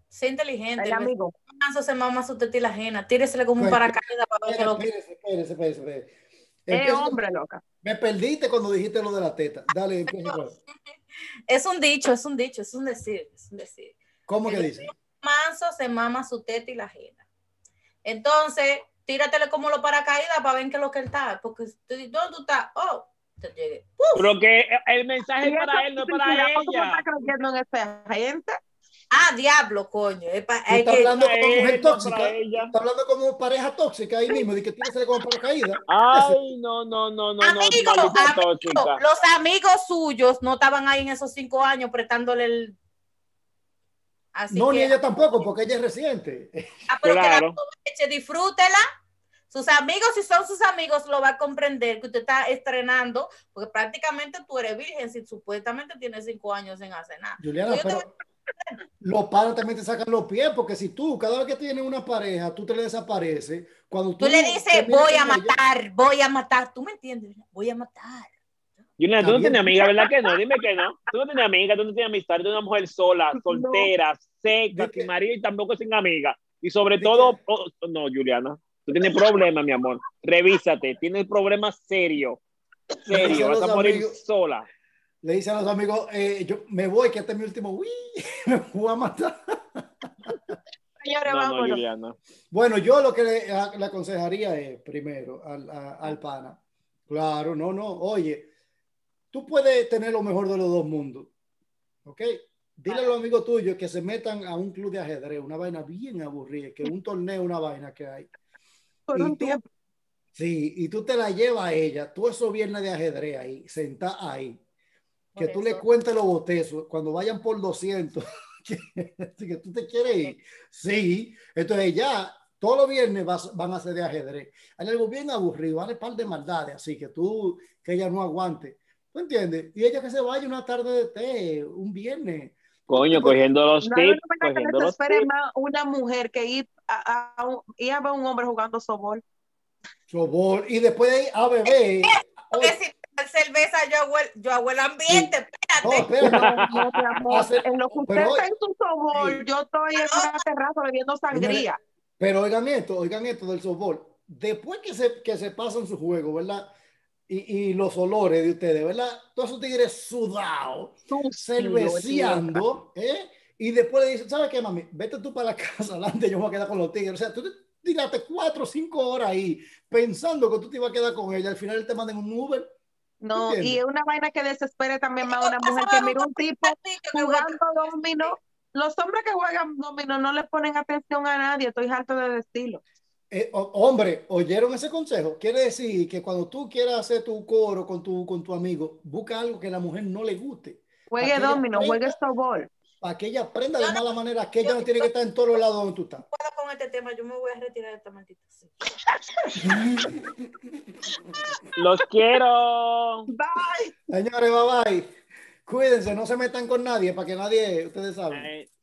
[SPEAKER 1] sea inteligente.
[SPEAKER 3] El amigo.
[SPEAKER 1] Manso se mama su tetila ajena. Tíresele como un
[SPEAKER 2] Pues,
[SPEAKER 1] paracaídas para ver que lo que.
[SPEAKER 2] espérese, espérese, espérese, espérese.
[SPEAKER 3] Es
[SPEAKER 2] Empieza-
[SPEAKER 3] Eh, hombre, loca.
[SPEAKER 2] me perdiste cuando dijiste lo de la teta. Dale, empieza. con eso.
[SPEAKER 1] Es un dicho, es un dicho, es un decir, es un decir.
[SPEAKER 2] ¿Cómo que dice?
[SPEAKER 1] Manso se mama su teta y la ajena. Entonces, tíratele como los paracaídas para ver que lo que él está. Porque tú dices, ¿dónde tú estás? Oh, te llegué.
[SPEAKER 4] Pero que el mensaje es para él, no es para
[SPEAKER 3] ¿Cómo tú
[SPEAKER 4] ella.
[SPEAKER 3] estás creyendo en esa gente?
[SPEAKER 1] Ah, diablo, coño. Es pa-
[SPEAKER 2] Tú
[SPEAKER 1] es
[SPEAKER 2] estás
[SPEAKER 1] que-
[SPEAKER 2] hablando
[SPEAKER 4] Para
[SPEAKER 2] como mujer
[SPEAKER 4] él, no
[SPEAKER 2] tóxica.
[SPEAKER 4] para ella.
[SPEAKER 2] Está hablando como pareja tóxica ahí mismo. Dice que tiene que ser como paracaídas.
[SPEAKER 4] Ay, no, no, no, no, no,
[SPEAKER 1] Amigo,
[SPEAKER 4] maldita
[SPEAKER 1] amigo,
[SPEAKER 4] tóxica.
[SPEAKER 1] los amigos suyos no estaban ahí en esos cinco años prestándole el. Así
[SPEAKER 2] No,
[SPEAKER 1] que,
[SPEAKER 2] ni ella tampoco, porque ella es reciente.
[SPEAKER 1] ah, pero que la
[SPEAKER 4] Claro.
[SPEAKER 1] aproveche, disfrútela. Sus amigos, si son sus amigos, lo va a comprender que usted está estrenando, porque prácticamente tú eres virgen, si supuestamente tienes cinco años en hacer nada.
[SPEAKER 2] Juliana,
[SPEAKER 1] Yo te-
[SPEAKER 2] pero los padres también te sacan los pies, porque si tú, cada vez que tienes una pareja, tú te le desapareces. Cuando tú,
[SPEAKER 1] Tú le dices,
[SPEAKER 2] terminas
[SPEAKER 1] voy a
[SPEAKER 2] con ella,
[SPEAKER 1] matar, voy a matar. ¿Tú me entiendes? Voy a matar.
[SPEAKER 4] Juliana, tú no
[SPEAKER 2] También.
[SPEAKER 4] tienes amiga, ¿verdad que no? Dime que no. Tú no tienes amiga, tú no tienes amistad, tú eres una mujer sola,
[SPEAKER 3] No.
[SPEAKER 4] soltera, seca,
[SPEAKER 2] Dije-
[SPEAKER 4] sin marido y tampoco sin amiga. Y sobre
[SPEAKER 2] Dije-
[SPEAKER 4] todo, oh, oh, no, Juliana, tú tienes problemas, mi amor. Revísate, tienes problemas serios.
[SPEAKER 2] Dije a
[SPEAKER 4] Serio, vas
[SPEAKER 2] los
[SPEAKER 4] a morir
[SPEAKER 2] amigos-
[SPEAKER 4] sola.
[SPEAKER 2] Le dicen a los amigos, eh, yo me voy, que este es mi último, uy, me voy a matar.
[SPEAKER 3] Señores,
[SPEAKER 4] No, no,
[SPEAKER 3] vámonos.
[SPEAKER 4] Juliana.
[SPEAKER 2] Bueno, yo lo que le, a- le aconsejaría es, primero, al, a- al pana, claro, no, no, oye, tú puedes tener lo mejor de los dos mundos, ¿ok? Dile a los amigos tuyos que se metan a un club de ajedrez, una vaina bien aburrida, que un torneo, una vaina que hay.
[SPEAKER 3] Por
[SPEAKER 2] Y
[SPEAKER 3] un
[SPEAKER 2] tú-
[SPEAKER 3] tiempo.
[SPEAKER 2] Sí, y tú te la llevas a ella, tú eso viernes de ajedrez ahí, sentá ahí, que
[SPEAKER 1] Por
[SPEAKER 2] tú le
[SPEAKER 1] eso.
[SPEAKER 2] cuentes los botezos, cuando vayan por 200, que, que tú te quieres ir. Sí, entonces ya todos los viernes vas- van a ser de ajedrez. Hay algo bien aburrido, hay un par de maldades, así que tú, que ella no aguante. ¿Tú entiendes? Y ella que se vaya una tarde de té, un viernes.
[SPEAKER 4] Coño, cogiendo los
[SPEAKER 3] No,
[SPEAKER 4] tips,
[SPEAKER 3] no, no, que
[SPEAKER 4] cogiendo los
[SPEAKER 3] desespere
[SPEAKER 4] tips.
[SPEAKER 3] más una mujer que ir a, a- a un, ir a ver a un hombre jugando softball.
[SPEAKER 2] Sobor. Y después de ahí, a bebé.
[SPEAKER 1] Porque si te dan cerveza, yo hago el, yo hago el ambiente,
[SPEAKER 2] No,
[SPEAKER 1] espérate.
[SPEAKER 2] espérate.
[SPEAKER 3] No, mi amor,
[SPEAKER 2] Hace-
[SPEAKER 3] en lo que usted
[SPEAKER 2] pero-
[SPEAKER 3] está en su sobor, yo estoy en una terraza bebiendo sangría.
[SPEAKER 2] Pero oigan esto, oigan esto del softball. Después que se, que se pasan su juego, ¿verdad? Y, y los olores de ustedes, ¿verdad? Todos esos tigres sudados, cerveceando, ¿eh? Y después le dicen, ¿sabes qué, mami? Vete tú para la casa adelante, yo me voy a quedar con los tigres. O sea, tú te tiraste cuatro o cinco horas ahí pensando que tú te ibas a quedar con ella. Al final te mandan un Uber.
[SPEAKER 3] No,
[SPEAKER 2] entiendes?
[SPEAKER 3] y es una vaina que desespera también más a una
[SPEAKER 1] Pásame
[SPEAKER 3] mujer que mira un
[SPEAKER 1] un
[SPEAKER 3] tipo
[SPEAKER 1] platito que voy a-
[SPEAKER 3] jugando dominó. Los hombres que juegan dominó no le ponen atención a nadie, estoy harto de decirlo.
[SPEAKER 2] Eh, ho- hombre, ¿oyeron ese consejo? Quiere decir que cuando tú quieras hacer tu coro con tu, con tu amigo, busca algo que a la mujer no le guste.
[SPEAKER 3] Juegue
[SPEAKER 2] Aquella
[SPEAKER 3] dominó, juegue
[SPEAKER 2] prenda-
[SPEAKER 3] sobol.
[SPEAKER 2] para que ella aprenda
[SPEAKER 1] Yo
[SPEAKER 2] de
[SPEAKER 1] no-
[SPEAKER 2] mala manera que
[SPEAKER 1] yo
[SPEAKER 2] ella no
[SPEAKER 1] no-
[SPEAKER 2] tiene que estar en todos los lados donde tú estás.
[SPEAKER 1] puedo con este tema, yo me voy a retirar de esta maldita. silla.
[SPEAKER 5] Los quiero.
[SPEAKER 3] Bye.
[SPEAKER 2] Señores, bye bye. Cuídense, no se metan con nadie para que nadie, ustedes saben.
[SPEAKER 5] Eh,